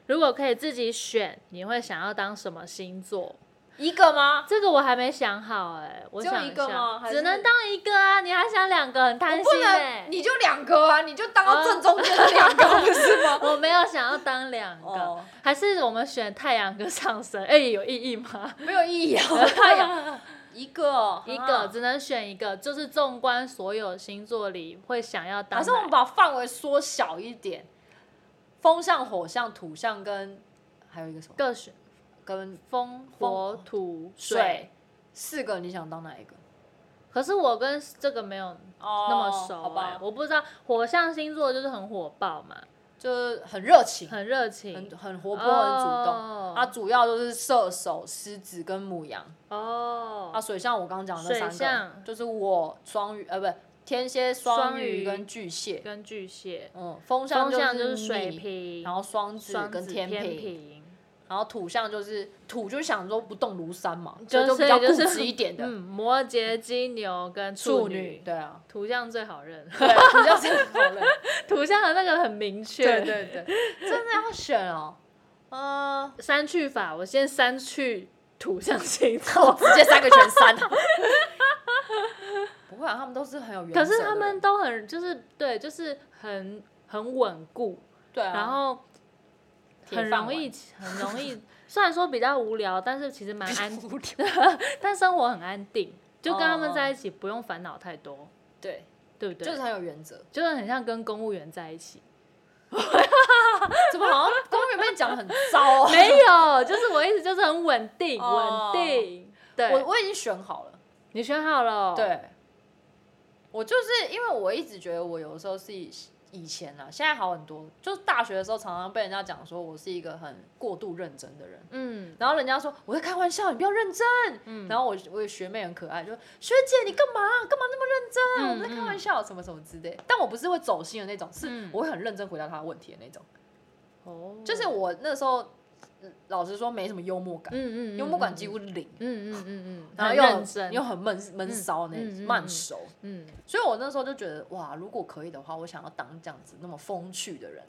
[SPEAKER 1] 如果可以自己选，你会想要当什么星座？
[SPEAKER 2] 一个吗？
[SPEAKER 1] 这个我还没想好哎、我
[SPEAKER 2] 只有
[SPEAKER 1] 想
[SPEAKER 2] 一个
[SPEAKER 1] 下
[SPEAKER 2] 吗还
[SPEAKER 1] 只
[SPEAKER 2] 是
[SPEAKER 1] 能当一个啊！你还想两个，很贪
[SPEAKER 2] 我不
[SPEAKER 1] 心哎、
[SPEAKER 2] 能，你就两个啊，你就当到正中间的两个不是吗？
[SPEAKER 1] 我没有想要当两个，
[SPEAKER 2] 哦
[SPEAKER 1] 还是我们选太阳跟上升？哎、有意义吗？
[SPEAKER 2] 没有意义 啊，太阳一个哦
[SPEAKER 1] 一
[SPEAKER 2] 啊
[SPEAKER 1] 个只能选一个，就是纵观所有星座里会想要当哪。
[SPEAKER 2] 还是我们把范围缩小一点，风象、火象、土象跟还有一个什么？
[SPEAKER 1] 各选
[SPEAKER 2] 跟
[SPEAKER 1] 风、火、土、水
[SPEAKER 2] 水。四个，你想当哪一个？
[SPEAKER 1] 可是我跟这个没有
[SPEAKER 2] 哦
[SPEAKER 1] 那么熟、
[SPEAKER 2] 好
[SPEAKER 1] 哎
[SPEAKER 2] 吧，
[SPEAKER 1] 我不知道火象星座就是很火爆嘛，
[SPEAKER 2] 就是很热情，
[SPEAKER 1] 很热情，
[SPEAKER 2] 很很活泼，很主动。
[SPEAKER 1] 哦
[SPEAKER 2] 啊，主要都是射手、狮子跟母羊。
[SPEAKER 1] 哦
[SPEAKER 2] 啊，水象我刚刚讲的那
[SPEAKER 1] 水
[SPEAKER 2] 三
[SPEAKER 1] 象
[SPEAKER 2] 个，就是我双鱼，呃，不，天蝎、
[SPEAKER 1] 双
[SPEAKER 2] 双
[SPEAKER 1] 鱼
[SPEAKER 2] 鱼跟巨蟹。
[SPEAKER 1] 跟巨蟹，
[SPEAKER 2] 嗯，风
[SPEAKER 1] 风象
[SPEAKER 2] 就是
[SPEAKER 1] 水
[SPEAKER 2] 你，
[SPEAKER 1] 瓶，
[SPEAKER 2] 然后双子
[SPEAKER 1] 双
[SPEAKER 2] 跟
[SPEAKER 1] 子
[SPEAKER 2] 天
[SPEAKER 1] 平，
[SPEAKER 2] 平，然后土象就是土，就想说不动如山嘛，
[SPEAKER 1] 就
[SPEAKER 2] 所以就比较固
[SPEAKER 1] 是
[SPEAKER 2] 执一点的。
[SPEAKER 1] 嗯，摩羯、金牛跟
[SPEAKER 2] 处
[SPEAKER 1] 女，
[SPEAKER 2] 对啊，
[SPEAKER 1] 图像最好认，
[SPEAKER 2] 对，比较是好人。
[SPEAKER 1] 图像的那个很明确，
[SPEAKER 2] 对对对，真的要选哦，嗯，
[SPEAKER 1] 删去法，我先删去土象星
[SPEAKER 2] 我
[SPEAKER 1] 座，
[SPEAKER 2] 哦直接三个 全删。不会啊，他们都是很有原 则
[SPEAKER 1] 可
[SPEAKER 2] 的人。
[SPEAKER 1] 是他们都很就是对，就是很很稳固，
[SPEAKER 2] 对啊，
[SPEAKER 1] 然后
[SPEAKER 2] 铁
[SPEAKER 1] 很
[SPEAKER 2] 饭
[SPEAKER 1] 容
[SPEAKER 2] 碗
[SPEAKER 1] 易很容易，虽然说比较无聊，但是其实蛮安， 但生活很安定，就跟他们
[SPEAKER 2] 哦
[SPEAKER 1] 在一起不用烦恼太多，
[SPEAKER 2] 对，
[SPEAKER 1] 对不对？
[SPEAKER 2] 就是很有原则。
[SPEAKER 1] 就是很像跟公务员在一起，
[SPEAKER 2] 怎么好像公务员被讲得很糟 哦？
[SPEAKER 1] 没有，就是我意思就是很稳定，
[SPEAKER 2] 哦
[SPEAKER 1] 稳定。
[SPEAKER 2] 我
[SPEAKER 1] 对，
[SPEAKER 2] 我已经选好了。
[SPEAKER 1] 你选好了哦。
[SPEAKER 2] 对，我就是因为我一直觉得我有时候是以以前啊，现在好很多。就是大学的时候，常常被人家讲说我是一个很过度认真的人。
[SPEAKER 1] 嗯
[SPEAKER 2] 然后人家说我在开玩笑，你不要认真。
[SPEAKER 1] 嗯，
[SPEAKER 2] 然后我我有学妹很可爱，就说学姐你干嘛干嘛那么认真？啊
[SPEAKER 1] 嗯
[SPEAKER 2] 我们在开玩笑，什么什么之类。但我不是会走心的那种，是
[SPEAKER 1] 嗯
[SPEAKER 2] 我会很认真回答她的问题的那种。
[SPEAKER 1] 哦，
[SPEAKER 2] 就是我那时候嗯老实说没什么幽默感，
[SPEAKER 1] 嗯嗯，
[SPEAKER 2] 幽默感几乎零。
[SPEAKER 1] 嗯，嗯嗯嗯嗯，
[SPEAKER 2] 然后
[SPEAKER 1] 很
[SPEAKER 2] 又
[SPEAKER 1] 认
[SPEAKER 2] 很
[SPEAKER 1] 真，
[SPEAKER 2] 又很闷闷骚那
[SPEAKER 1] 嗯嗯嗯
[SPEAKER 2] 慢熟，
[SPEAKER 1] 嗯，
[SPEAKER 2] 所以我那时候就觉得哇，如果可以的话，我想要当这样子那么风趣的人，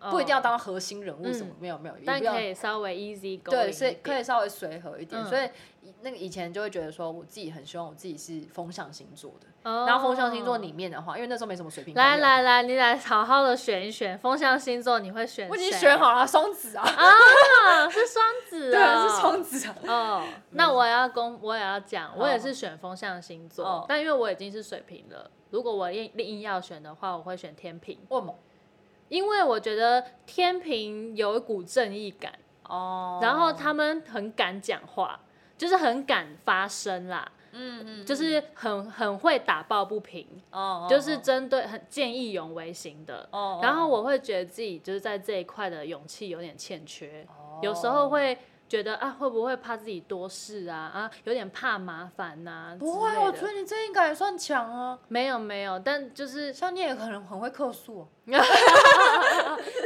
[SPEAKER 1] 哦
[SPEAKER 2] 不一定要，当核心人物什么
[SPEAKER 1] 嗯，
[SPEAKER 2] 没有没有，也
[SPEAKER 1] 但
[SPEAKER 2] 不要
[SPEAKER 1] 可以稍微 easy go，
[SPEAKER 2] 对，所以可以稍微随和一点。
[SPEAKER 1] 嗯
[SPEAKER 2] 所以以那个以前就会觉得说，我自己很希望我自己是风象星座的。
[SPEAKER 1] 哦。
[SPEAKER 2] 然后风象星座里面的话，因为那时候没什么水瓶，
[SPEAKER 1] 来，来来，你来好好的选一选风象星座，你会选谁？
[SPEAKER 2] 我已经选好了，双子啊，
[SPEAKER 1] 啊， 是双子
[SPEAKER 2] 对
[SPEAKER 1] 啊，
[SPEAKER 2] 啊，是双子啊。
[SPEAKER 1] 哦，那我也要公，我也要讲，我也
[SPEAKER 2] 哦
[SPEAKER 1] 是选风象星座
[SPEAKER 2] 哦，
[SPEAKER 1] 但因为我已经是水瓶了，如果我硬硬要选的话，我会选天平，
[SPEAKER 2] 为什么？
[SPEAKER 1] 因为我觉得天平有一股正义感，
[SPEAKER 2] 哦，
[SPEAKER 1] 然后他们很敢讲话，就是很敢发声啦，
[SPEAKER 2] 嗯嗯，
[SPEAKER 1] 就是很很会打抱不平，
[SPEAKER 2] 哦，哦
[SPEAKER 1] 就是
[SPEAKER 2] 哦
[SPEAKER 1] 针对很见义勇为型的。
[SPEAKER 2] 哦，
[SPEAKER 1] 然后
[SPEAKER 2] 哦
[SPEAKER 1] 我会觉得自己就是在这一块的勇气有点欠缺，
[SPEAKER 2] 哦
[SPEAKER 1] 有时候会觉得啊会不会怕自己多事啊啊有点怕麻烦呐、之
[SPEAKER 2] 不会，
[SPEAKER 1] 类
[SPEAKER 2] 我
[SPEAKER 1] 的
[SPEAKER 2] 觉得你这应该也算强啊。
[SPEAKER 1] 没有没有，但就是
[SPEAKER 2] 像你也可能很会哦客诉、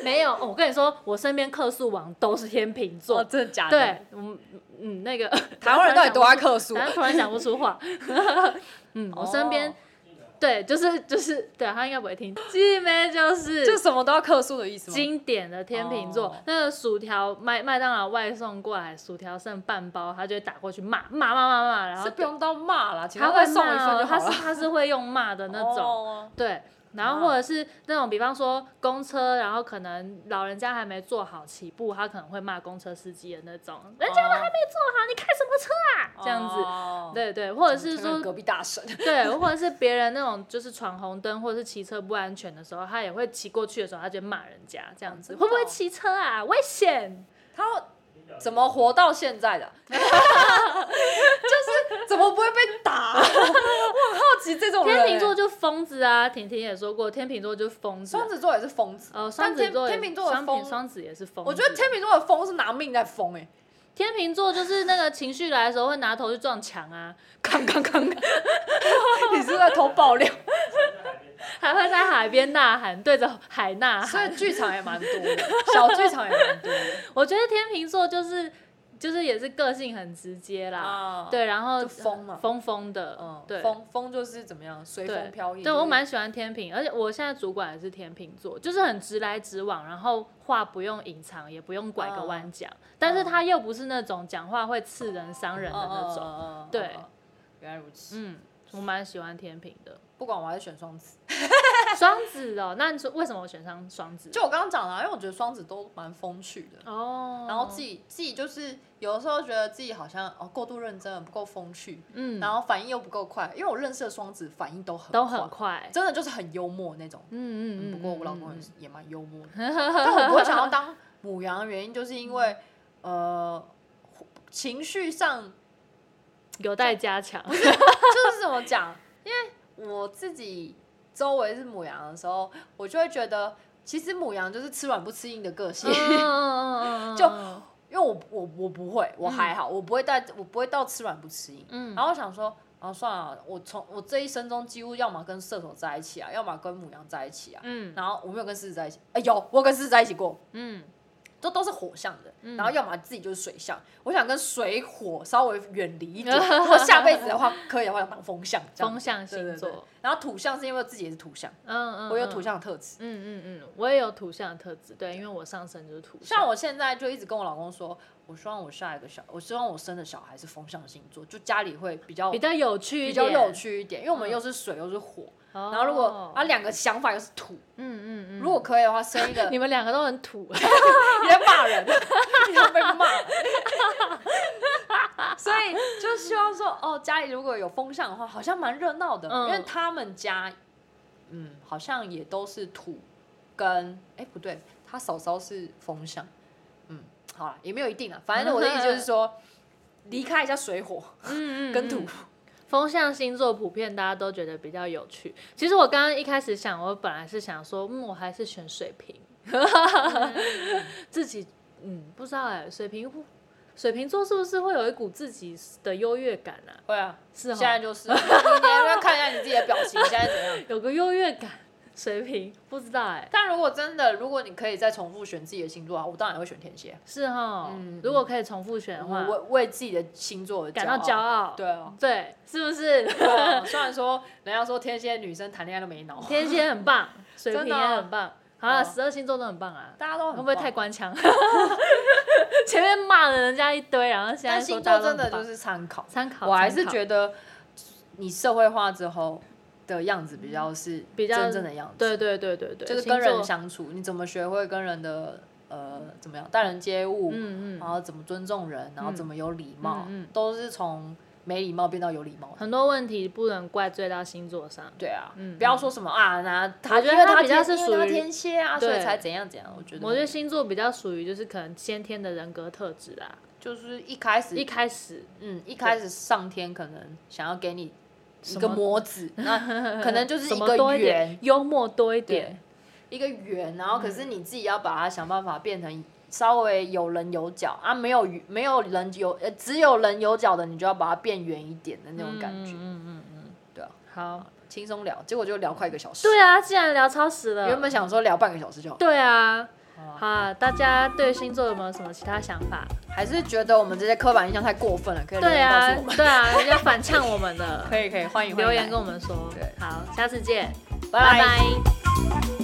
[SPEAKER 1] 没有。哦我跟你说，我身边客诉王都是天秤座，
[SPEAKER 2] 哦真的假
[SPEAKER 1] 对，，嗯嗯那个
[SPEAKER 2] 台湾人到底多爱啊客诉？
[SPEAKER 1] 然后突然想不出话。嗯，我身边、
[SPEAKER 2] 哦
[SPEAKER 1] 对，就是就是对，他应该不会听。继妹就是
[SPEAKER 2] 就什么都要客诉的意思吗？
[SPEAKER 1] 经典的天秤座，
[SPEAKER 2] 哦
[SPEAKER 1] 那个薯条麦麦当劳外送过来，薯条剩半包，他就会打过去骂骂骂骂骂，然后
[SPEAKER 2] 是不用到骂啦，其实
[SPEAKER 1] 他
[SPEAKER 2] 会
[SPEAKER 1] 会
[SPEAKER 2] 送一
[SPEAKER 1] 骂
[SPEAKER 2] 份
[SPEAKER 1] 哦
[SPEAKER 2] 就
[SPEAKER 1] 他
[SPEAKER 2] 好了
[SPEAKER 1] 是。他是会用骂的那种。
[SPEAKER 2] 哦
[SPEAKER 1] 对，然后或者是那种，比方说公车，然后可能老人家还没坐好起步，他可能会骂公车司机的那种，人家都还没坐好，你开什么车啊？这样子，
[SPEAKER 2] 子，
[SPEAKER 1] 对对，或者是
[SPEAKER 2] 听到
[SPEAKER 1] 说
[SPEAKER 2] 隔壁大婶，
[SPEAKER 1] 对，或者是别人那种就是闯红灯或者是骑车不安全的时候，他也会骑过去的时候，他就骂人家这样子，
[SPEAKER 2] 真的
[SPEAKER 1] 会不会
[SPEAKER 2] 哦
[SPEAKER 1] 骑车啊？危险！
[SPEAKER 2] 他怎么活到现在的？ 就是怎么不会被打？我 很好奇这种人欸
[SPEAKER 1] 天秤座就疯子啊，婷婷也说过，天秤座就是疯子啊、
[SPEAKER 2] 双子座也是疯子，
[SPEAKER 1] 呃，双
[SPEAKER 2] 但
[SPEAKER 1] 子
[SPEAKER 2] 天
[SPEAKER 1] 座也
[SPEAKER 2] 天秤座的
[SPEAKER 1] 双
[SPEAKER 2] 疯
[SPEAKER 1] 子，双子也是疯子。
[SPEAKER 2] 我觉得天秤座的疯是拿命在疯 哎，
[SPEAKER 1] 天秤座就是那个情绪来的时候会拿头去撞墙啊， 扛扛扛，
[SPEAKER 2] 你是不是在偷 爆料，
[SPEAKER 1] 还会在海边呐喊，对着海呐
[SPEAKER 2] 所
[SPEAKER 1] 喊。
[SPEAKER 2] 以剧场也蛮多的，小剧场也蛮 多的
[SPEAKER 1] 我觉得天秤座就是就是也是个性很直接啦，
[SPEAKER 2] 啊，
[SPEAKER 1] 哦对，然后呃
[SPEAKER 2] 就疯嘛
[SPEAKER 1] 疯疯的，
[SPEAKER 2] 嗯，
[SPEAKER 1] 对，
[SPEAKER 2] 风风就是怎么样，随
[SPEAKER 1] 对
[SPEAKER 2] 风飘逸。
[SPEAKER 1] 对
[SPEAKER 2] 嗯就是
[SPEAKER 1] 我蛮喜欢天秤，而且我现在主管也是天秤座，就是很直来直往，然后话不用隐藏，也不用拐个弯讲，但是他又不是那种讲话会刺人伤人的
[SPEAKER 2] 嗯
[SPEAKER 1] 那种，
[SPEAKER 2] 种
[SPEAKER 1] 对
[SPEAKER 2] 哦原来如此。
[SPEAKER 1] 嗯，我蛮喜欢天秤的。
[SPEAKER 2] 不管我还是选双子，
[SPEAKER 1] 双子哦，那你说为什么我选上双子？
[SPEAKER 2] 就我刚刚讲的、啊，因为我觉得双子都蛮风趣的。
[SPEAKER 1] 哦，
[SPEAKER 2] 然后自己自己就是有的时候觉得自己好像哦过度认真了，不够风趣，
[SPEAKER 1] 嗯，
[SPEAKER 2] 然后反应又不够快。因为我认识的双子反应都很
[SPEAKER 1] 都
[SPEAKER 2] 快
[SPEAKER 1] 很快，
[SPEAKER 2] 真的就是很幽默那种。
[SPEAKER 1] 嗯
[SPEAKER 2] 嗯，
[SPEAKER 1] 嗯嗯。
[SPEAKER 2] 不过我老公
[SPEAKER 1] 嗯
[SPEAKER 2] 也
[SPEAKER 1] 嗯
[SPEAKER 2] 是也蛮幽 默的，但我不会想要当母羊的原因，就是因为
[SPEAKER 1] 嗯
[SPEAKER 2] 呃情绪上
[SPEAKER 1] 有待加强，
[SPEAKER 2] 就是怎么讲？因为我自己周围是母羊的时候，我就会觉得，其实母羊就是吃软不吃硬的个性。
[SPEAKER 1] 嗯嗯嗯嗯嗯嗯
[SPEAKER 2] 就因为我我我不会，我还好，我不会到我不会到吃软不吃硬。
[SPEAKER 1] 嗯
[SPEAKER 2] 然后我想说，啊算了，我从我这一生中几乎要么跟射手在一起啊，要么跟母羊在一起啊。
[SPEAKER 1] 嗯
[SPEAKER 2] 然后我没有跟狮子在一起，哎、有我有跟狮子在一起过，
[SPEAKER 1] 嗯
[SPEAKER 2] 都都是火象的，
[SPEAKER 1] 嗯
[SPEAKER 2] 然后要么自己就是水象，我想跟水火稍微远离一点。如果下辈子 的话，可以的话想当风象，这样
[SPEAKER 1] 风象星
[SPEAKER 2] 对对对
[SPEAKER 1] 座，
[SPEAKER 2] 然后土象是因为自己也是土象，
[SPEAKER 1] 嗯嗯，
[SPEAKER 2] 我有土
[SPEAKER 1] 嗯，
[SPEAKER 2] 象的特质。
[SPEAKER 1] 嗯嗯嗯，我也有土象的特质，对，因为我上身就是土象，
[SPEAKER 2] 像我现在就一直跟我老公说，我希望我下一个小，我希望我生的小孩是风象星座，就家里会比较
[SPEAKER 1] 比较有趣，嗯
[SPEAKER 2] 比较有，趣一点，因为我们又是水又是火，
[SPEAKER 1] 哦
[SPEAKER 2] 然后如果啊，两个想法又是土，
[SPEAKER 1] 嗯嗯嗯，
[SPEAKER 2] 如果可以的话，生 一个
[SPEAKER 1] 你们两个都很土，
[SPEAKER 2] 你在骂人， 你要被骂。 所以就希望说，哦，家里如果有风向的话，好像蛮热闹的，
[SPEAKER 1] 嗯
[SPEAKER 2] 因为他们家，嗯，好像也都是土跟，哎、不对，他嫂嫂是风向，嗯，好了，也没有一定啊，反正我的意思就是说，离开一下水火
[SPEAKER 1] 嗯嗯，
[SPEAKER 2] 跟土，
[SPEAKER 1] 嗯风象星座普遍大家都觉得比较有趣。其实我刚刚一开始想，我本来是想说，嗯，我还是选水瓶， 自己嗯不知道哎、水瓶水瓶座是不是会有一股自己的优越感啊？
[SPEAKER 2] 会啊，
[SPEAKER 1] 是哦
[SPEAKER 2] 现在就是，你要不要看一下你自己的表情，现在怎样？
[SPEAKER 1] 有个优越感，水瓶不知道哎、
[SPEAKER 2] 但如果真的，如果你可以再重复选自己的星座啊，我当然会选天蝎。
[SPEAKER 1] 是哈、
[SPEAKER 2] 嗯
[SPEAKER 1] 如果可以重复选的话，
[SPEAKER 2] 我为自己的星座而
[SPEAKER 1] 嗯感到骄
[SPEAKER 2] 傲。
[SPEAKER 1] 傲。
[SPEAKER 2] 对啊，
[SPEAKER 1] 对，是不 是？
[SPEAKER 2] 对啊虽然说人家说天蝎女生谈恋爱都没脑，
[SPEAKER 1] 天蝎很棒，水
[SPEAKER 2] 真
[SPEAKER 1] 瓶
[SPEAKER 2] 的啊
[SPEAKER 1] 也很棒。好了，
[SPEAKER 2] 哦
[SPEAKER 1] 十二星座都很棒啊。
[SPEAKER 2] 大家都很
[SPEAKER 1] 会不会
[SPEAKER 2] 棒
[SPEAKER 1] 太？官腔？ 前面骂了人家一堆，然后现在
[SPEAKER 2] 但
[SPEAKER 1] 说
[SPEAKER 2] 星
[SPEAKER 1] 大家
[SPEAKER 2] 座
[SPEAKER 1] 都很
[SPEAKER 2] 真的
[SPEAKER 1] 棒
[SPEAKER 2] 就是参考，
[SPEAKER 1] 参考，
[SPEAKER 2] 我还
[SPEAKER 1] 参
[SPEAKER 2] 是
[SPEAKER 1] 考
[SPEAKER 2] 觉得你社会化之后的样子比较是
[SPEAKER 1] 比较
[SPEAKER 2] 真正的样子，
[SPEAKER 1] 对对对对对，
[SPEAKER 2] 就是
[SPEAKER 1] 星
[SPEAKER 2] 跟人
[SPEAKER 1] 座
[SPEAKER 2] 相处，你怎么学会跟人的呃怎么样待人接物，
[SPEAKER 1] 嗯嗯
[SPEAKER 2] 然后怎么尊重人，然后
[SPEAKER 1] 嗯
[SPEAKER 2] 怎么有礼貌
[SPEAKER 1] 嗯嗯，
[SPEAKER 2] 都是从没礼貌变到有礼貌。
[SPEAKER 1] 很多问题不能怪罪到星座上。
[SPEAKER 2] 对啊，
[SPEAKER 1] 嗯
[SPEAKER 2] 不要说什么啊，那他
[SPEAKER 1] 我觉得
[SPEAKER 2] 因为
[SPEAKER 1] 他
[SPEAKER 2] 他
[SPEAKER 1] 比较
[SPEAKER 2] 天
[SPEAKER 1] 是
[SPEAKER 2] 因为他
[SPEAKER 1] 属于
[SPEAKER 2] 天蝎啊，所以
[SPEAKER 1] 对
[SPEAKER 2] 才怎样怎样。我觉得，
[SPEAKER 1] 我觉得星座比较属于就是可能先天的人格特质啊，
[SPEAKER 2] 就是一开始
[SPEAKER 1] 一开始
[SPEAKER 2] 嗯，一开始上天可能想要给你一
[SPEAKER 1] 什
[SPEAKER 2] 个
[SPEAKER 1] 么
[SPEAKER 2] 模子， 那可能就是
[SPEAKER 1] 什
[SPEAKER 2] 一
[SPEAKER 1] 么多
[SPEAKER 2] 个
[SPEAKER 1] 一点
[SPEAKER 2] 圆，，
[SPEAKER 1] 幽默多一
[SPEAKER 2] 对
[SPEAKER 1] 点，，
[SPEAKER 2] 一个圆，然后可是你自己要把它想办法变成稍微有棱有角啊，没有圆没有棱有呃只有棱有角的，你就要把它变圆一点的那种感觉，
[SPEAKER 1] 嗯嗯嗯，
[SPEAKER 2] 对啊，
[SPEAKER 1] 好，
[SPEAKER 2] 轻松聊，结果就聊快一个小时，
[SPEAKER 1] 对啊，既然聊超时了，
[SPEAKER 2] 原本想说聊半个小时就好，
[SPEAKER 1] 对啊，
[SPEAKER 2] 好
[SPEAKER 1] 好啊，大家对星座有没有什么其他想法？
[SPEAKER 2] 还是觉得我们这些刻板印象太过分了，可以留
[SPEAKER 1] 对
[SPEAKER 2] 言告
[SPEAKER 1] 啊
[SPEAKER 2] 诉我，们，
[SPEAKER 1] 对啊，要反呛我们的，
[SPEAKER 2] 可以可以，欢迎欢迎
[SPEAKER 1] 留言
[SPEAKER 2] 来
[SPEAKER 1] 跟我们说
[SPEAKER 2] 对。
[SPEAKER 1] 好，下次见，
[SPEAKER 2] 拜拜
[SPEAKER 1] 拜